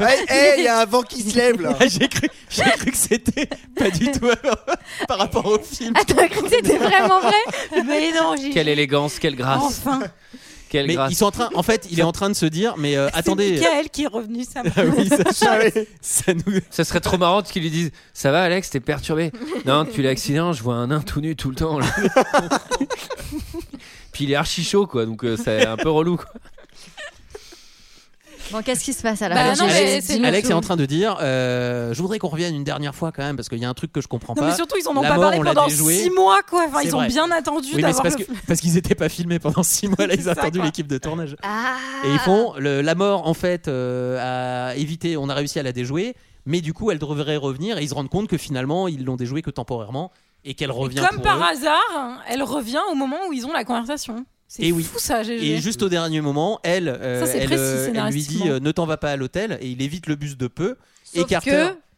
Ouais, hey, Eh, il y a un vent qui se lève, là.
euh,
Ah, j'ai cru, j'ai cru que c'était pas du tout par rapport au film.
Ah, t'as cru que c'était vraiment vrai
mais non, j'ai
Quelle élégance, quelle grâce,
enfin.
quelle
Mais
grâce.
ils sont en train, en fait, il est en train de se dire, mais euh,
C'est
attendez.
Michael qui est revenu ça. m'a-
Ah oui, ça,
Ah oui.
ça nous.
Ça serait trop marrant qu'ils lui disent Ça va, Alex, t'es perturbé Non, depuis l'accident, je vois un nain tout nu tout le temps. là. Puis il est archi chaud, quoi, donc euh, c'est un peu relou. quoi.
Bon, qu'est-ce qui se passe alors
Bah,
J'ai-
non, mais
j'ai-
c'est-
dis-nous
Alex
tout.
est en train de dire, euh, je voudrais qu'on revienne une dernière fois quand même parce qu'il y a un truc que je comprends
Non mais
pas.
surtout ils en ont
La
pas
mort,
parlé
on l'a
pendant
déjoué.
6 mois quoi. Enfin
C'est
ils ont
vrai.
bien attendu
Oui, mais c'est
d'avoir.
parce
le-
que parce qu'ils étaient pas filmés pendant six mois. Là, ils ont
C'est ça,
attendu
quoi.
l'équipe de tournage.
Ah.
Et ils font le- la mort en fait euh, à éviter. On a réussi à la déjouer, mais du coup elle devrait revenir et ils se rendent compte que finalement ils l'ont déjouée que temporairement et qu'elle revient
Comme
pour
par
eux.
hasard, elle revient au moment où ils ont la conversation. C'est
Et
fou
oui.
ça, GG.
Et juste au dernier moment, elle, euh,
Ça, c'est
elle,
précis,
euh, elle lui dit
scénaristiquement.
euh, ne t'en va pas à l'hôtel et il évite le bus de peu. et
Sauf
Carter,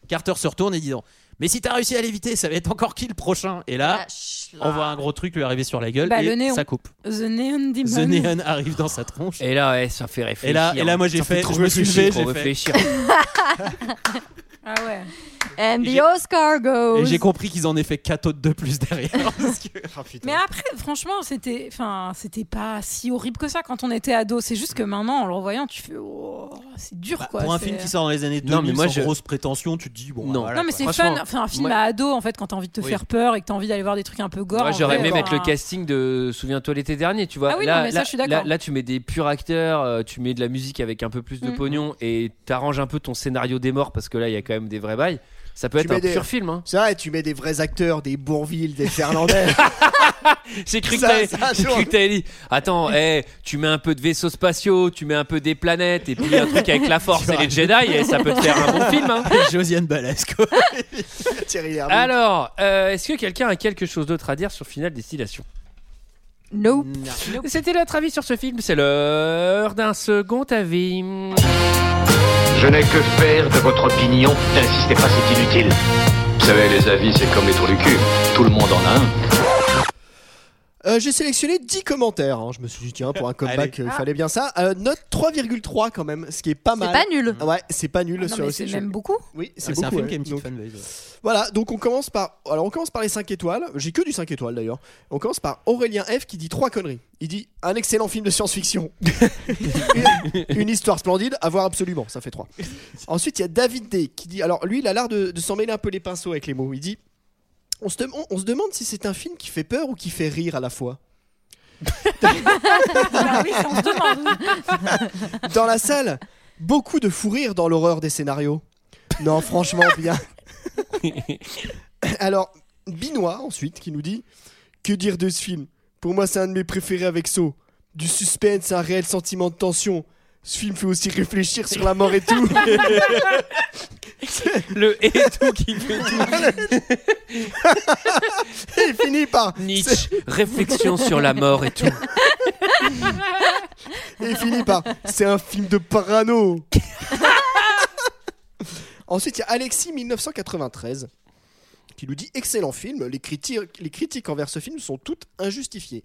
que-
Carter se retourne et dit non. Mais si t'as réussi à l'éviter, ça va être encore qui le prochain Et là,
Ah, chut, là.
on voit un gros truc lui arriver sur la gueule
Euh, Bah, le
et
néon.
ça coupe.
The Neon Demon.
The Neon arrive dans sa tronche.
Et là, ouais, ça fait réfléchir.
Et là, et là moi j'ai
Ça fait
fait,
trop
je me suis levé,
Trop
j'ai fait-
réfléchir.
Ah ouais.
And
j'ai-
the Oscar goes.
Oh
Et j'ai compris qu'ils en aient fait 4 autres de plus derrière. parce que-
Mais après, franchement, c'était, enfin, c'était pas si horrible que ça quand on était ado. C'est juste que maintenant, en le revoyant, tu fais, oh, c'est dur
Bah,
quoi.
Pour un
C'est-
film qui sort dans les années 2000
Non, mais moi,
sans
je-
grosse prétention, tu te dis bon.
Non.
voilà,
non mais
quoi.
c'est
Franchement,
fun. Enfin, un film
moi-
à ado, en fait, quand t'as envie de te
Oui.
faire peur et que t'as envie d'aller voir des trucs un peu gore.
Moi,
en
j'aurais aimé
vrai, genre
mettre le
un-
casting de Souviens-toi l'été dernier, tu vois.
Ah oui,
là,
non, mais ça,
là-
je suis d'accord.
là, là, tu mets des purs acteurs, euh, tu mets de la musique avec un peu plus de
Mm.
pognon et t'arranges un peu ton scénario des morts parce que là, il y a quand même des vrais bails. Ça peut
Tu
être un
mets des-
pur film. hein.
C'est vrai, tu mets des vrais acteurs, des Bourville, des Fernandez.
J'ai cru que
Ça-
t'avais-
ça,
j'ai
genre.
cru que t'avais dit Attends, eh, tu mets un peu de vaisseaux spatiaux, tu mets un peu des planètes et puis un truc avec la force
Tu
et les
rajoutes-
Jedi, et ça peut te faire un bon film. hein.
Josiane Balasco.
Thierry Lhermitte.
Alors, euh, est-ce que quelqu'un a quelque chose d'autre à dire sur Final Destination
Nope.
C'était notre avis sur ce film, c'est l'heure d'un second avis.
Je n'ai que faire de votre opinion. N'insistez pas, c'est inutile.
Vous savez, les avis, c'est comme les trous du cul.
Tout le monde en a un.
Euh, j'ai sélectionné 10 commentaires. hein. Je me suis dit, tiens, pour un comeback, euh, il fallait bien ça. Euh, note 3,3 quand même, ce qui est pas mal.
pas nul.
Ouais, c'est pas nul.
Ah Non,
sur
mais
le
c'est
site.
même beaucoup.
Oui, c'est
Ah,
C'est
beaucoup.
un film
ouais.
qui a une petite
Donc,
fanbase. ouais.
Voilà, donc on commence par alors on commence par les 5 étoiles. J'ai que du 5 étoiles d'ailleurs. On commence par Aurélien F qui dit trois conneries. Il dit un excellent film de science-fiction. une, une histoire splendide à voir absolument, ça fait 3. Ensuite, il y a David D qui dit alors lui il a l'art de, de s'en mêler un peu les pinceaux avec les mots. Il dit on se, dem- on- on se demande si c'est un film qui fait peur ou qui fait rire à la fois.
Bah oui, ça, on se demande.
Dans la salle, beaucoup de fou rire dans l'horreur des scénarios. Non, franchement, bien. Alors, Binois, ensuite, qui nous dit Que dire de ce film Pour moi, c'est un de mes préférés avec So. Du suspense, un réel sentiment de tension. Ce film fait aussi réfléchir sur la mort et tout.
Le et tout qui fait
et il finit par
Nietzsche, réflexion sur la mort et tout.
Et il finit par C'est un film de parano Ensuite, il y a Alexis 1993 qui nous dit Excellent film, les critiques, les critiques envers ce film sont toutes injustifiées.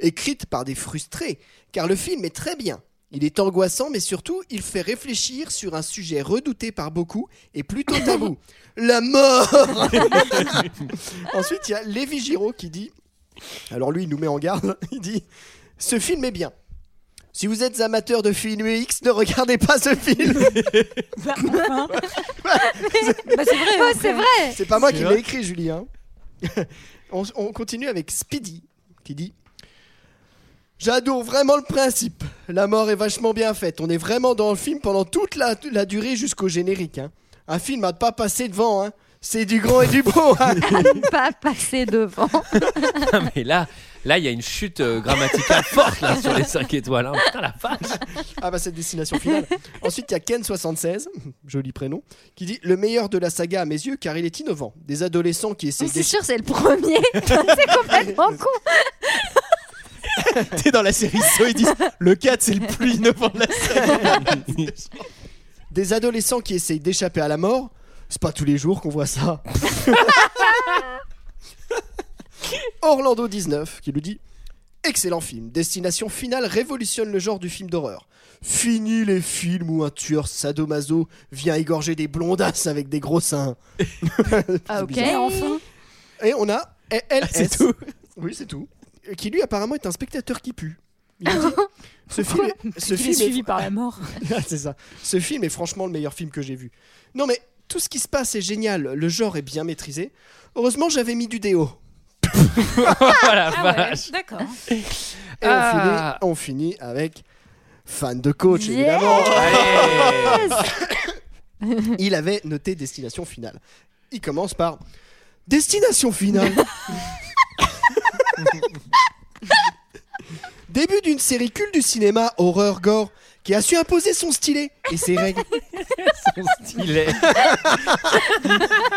Écrites par des frustrés, car le film est très bien. Il est angoissant, mais surtout, il fait réfléchir sur un sujet redouté par beaucoup et plutôt tabou la mort Ensuite, il y a Lévi Giraud qui dit Alors lui, il nous met en garde il dit Ce film est bien. Si vous êtes amateur de films X, ne regardez pas ce film.
Bah, c'est vrai.
Ouais,
après.
c'est vrai.
C'est pas moi
C'est
qui
vrai.
l'ai écrit, Julie. hein. on, on continue avec Speedy qui dit J'adore vraiment le principe. La mort est vachement bien faite. On est vraiment dans le film pendant toute la, la durée jusqu'au générique. hein. Un film à ne pas passer devant. hein. C'est du grand et du beau. hein.
Pas passer devant.
Non, mais là, là, il y a une chute euh, grammaticale forte là sur les 5 étoiles. hein. Putain, la vache.
Ah bah cette destination finale. Ensuite, il y a Ken76, joli prénom, qui dit le meilleur de la saga à mes yeux car il est innovant. Des adolescents qui
Ah,
Mais
essaient
C'est
d'échapper
sûr, c'est le premier. c'est complètement con.
T'es dans la série So, ils disent le 4 c'est le plus innovant de la
des adolescents qui essayent d'échapper à la mort. C'est pas tous les jours qu'on voit ça. Orlando 19 qui nous dit Excellent film, Destination Finale révolutionne le genre du film d'horreur. Fini les films où un tueur sadomaso vient égorger des blondasses avec des gros seins.
Ah, ok.
Mais Bah, enfin.
Et on a LS.
Ah, C'est tout.
Oui, c'est tout. Qui lui apparemment est un spectateur qui pue. Il nous dit, ce film, ce
Il est
film
suivi
est,
par la mort.
Ah, c'est ça. Ce film est franchement le meilleur film que j'ai vu. Non mais tout ce qui se passe est génial, le genre est bien maîtrisé. Heureusement j'avais mis du déo.
Oh, la
Ah ouais,
vache.
d'accord.
Et
Ah.
on, finit, on finit avec fan de coach
Yes.
évidemment.
Allez.
Il avait noté destination finale. Il commence par destination finale. Début d'une série culte du cinéma horreur gore qui a su imposer son stylet et ses règles.
Il est.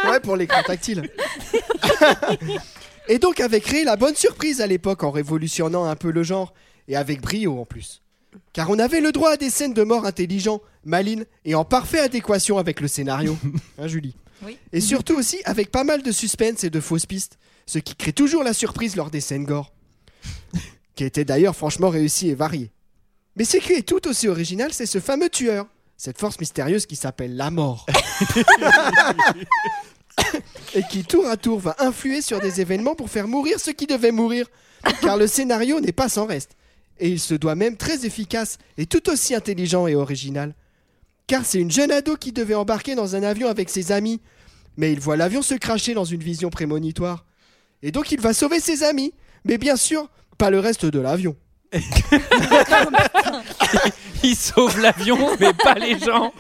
Ouais, pour l'écran tactile. et donc avait créé la bonne surprise à l'époque en révolutionnant un peu le genre, et avec brio en plus. Car on avait le droit à des scènes de mort intelligents, malines et en parfaite adéquation avec le scénario. Hein, Julie
Oui.
Et surtout aussi avec pas mal de suspense et de fausses pistes, ce qui crée toujours la surprise lors des scènes gore. qui était d'ailleurs franchement réussi et varié. Mais ce qui est tout aussi original, c'est ce fameux tueur, cette force mystérieuse qui s'appelle la mort et qui tour à tour va influer sur des événements pour faire mourir ceux qui devaient mourir, car le scénario n'est pas sans reste, et il se doit même très efficace et tout aussi intelligent et original, car c'est une jeune ado qui devait embarquer dans un avion avec ses amis, mais il voit l'avion se cracher dans une vision prémonitoire, et donc il va sauver ses amis, mais bien sûr pas le reste de l'avion.
Il sauve l'avion, mais pas les gens.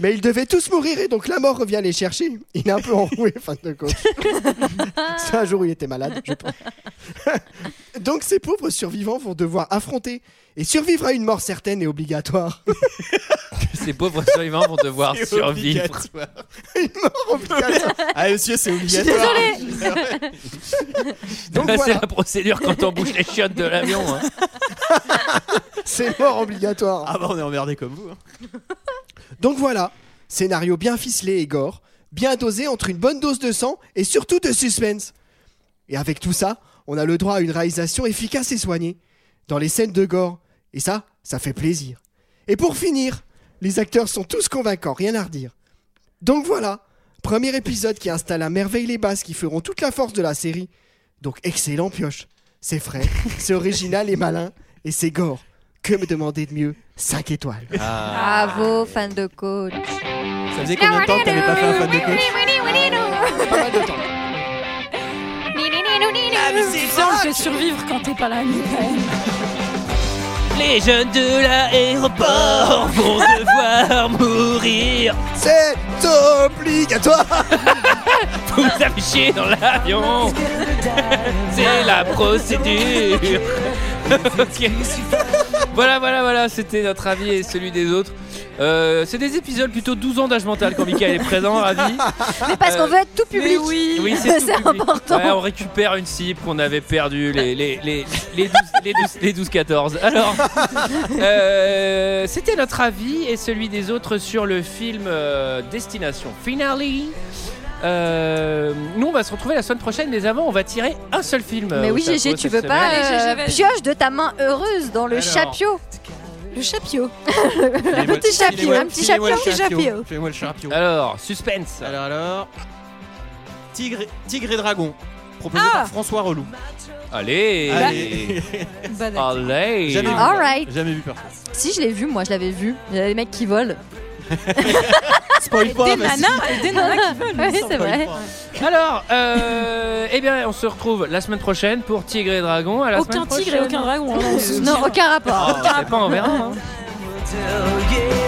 Mais ils devaient tous mourir et donc la mort revient les chercher. Il est un peu enroué, fin de compte. c'est un jour où il était malade, je pense. donc ces pauvres survivants vont devoir affronter et survivre à une mort certaine et obligatoire.
Ces pauvres survivants vont devoir survivre.
une mort obligatoire.
Ah monsieur c'est obligatoire.
Désolé.
Donc
Bah, C'est
voilà,
la procédure quand on bouge les chiottes de l'avion. hein.
c'est mort obligatoire.
Ah bah on est emmerdé comme vous. hein.
Donc voilà, scénario bien ficelé et gore, bien dosé entre une bonne dose de sang et surtout de suspense. Et avec tout ça, on a le droit à une réalisation efficace et soignée dans les scènes de gore. Et ça, ça fait plaisir. Et pour finir, les acteurs sont tous convaincants, rien à redire. Donc voilà, premier épisode qui installe à merveille les bases qui feront toute la force de la série. Donc excellent pioche. C'est frais, c'est original et malin, et c'est gore. Que me demander de mieux 5 étoiles.
Ah.
Bravo, fan de coach.
Ça faisait combien de temps que t'avais pas fait un fan de coach
Ah, mais c'est ça, je vais survivre quand t'es pas là, Michael.
Les jeunes de l'aéroport vont devoir mourir.
C'est obligatoire
Vous avez chié dans l'avion. C'est la procédure. Ok. Voilà, voilà, voilà, c'était notre avis et celui des autres. Euh, c'est des épisodes plutôt 12 ans d'âge mental quand Mika est présent, ravi.
Ah, Mais parce qu'on veut être tout public.
oui.
Oui,
C'est
tout public.
important.
Ouais, on récupère une cible qu'on avait perdue, les, les, les, les 12 les 12 les 12-14. Alors, euh, c'était notre avis et celui des autres sur le film euh, Destination Finale. Euh, nous, on va se retrouver la semaine prochaine, mais avant, on va tirer un seul film.
Mais
euh,
oui,
au tableau
GG, tu
cette
veux pas
semaine.
Allez,
euh,
GG, vas-y.
pioche de ta main heureuse dans le
Alors.
chapio.
Le chapio.
Un
petit chapio, un petit chapio,
petit chapio.
Fais-moi le chapio.
Alors, suspense.
Alors, alors. Tigre, Tigre et Dragon, proposé
Ah
par François Relou.
Allez.
Allez.
Ah,
Bah,
Allez.
Jamais vu.
All right.
Jamais vu personne.
Si, je l'ai vu, moi, je l'avais vu. Il y a des mecs qui volent.
Spoil pas,
Des
mais
nanas, euh, des nanas qui veulent.
Oui, c'est
spoil
vrai.
pas.
Alors, euh, eh bien, on se retrouve la semaine prochaine pour Tigre et Dragon. À la
Aucun
semaine
tigre et
prochaine.
aucun dragon. hein, on se
Non, aucun rapport.
Ah, on sait pas, on verra. hein.
yeah.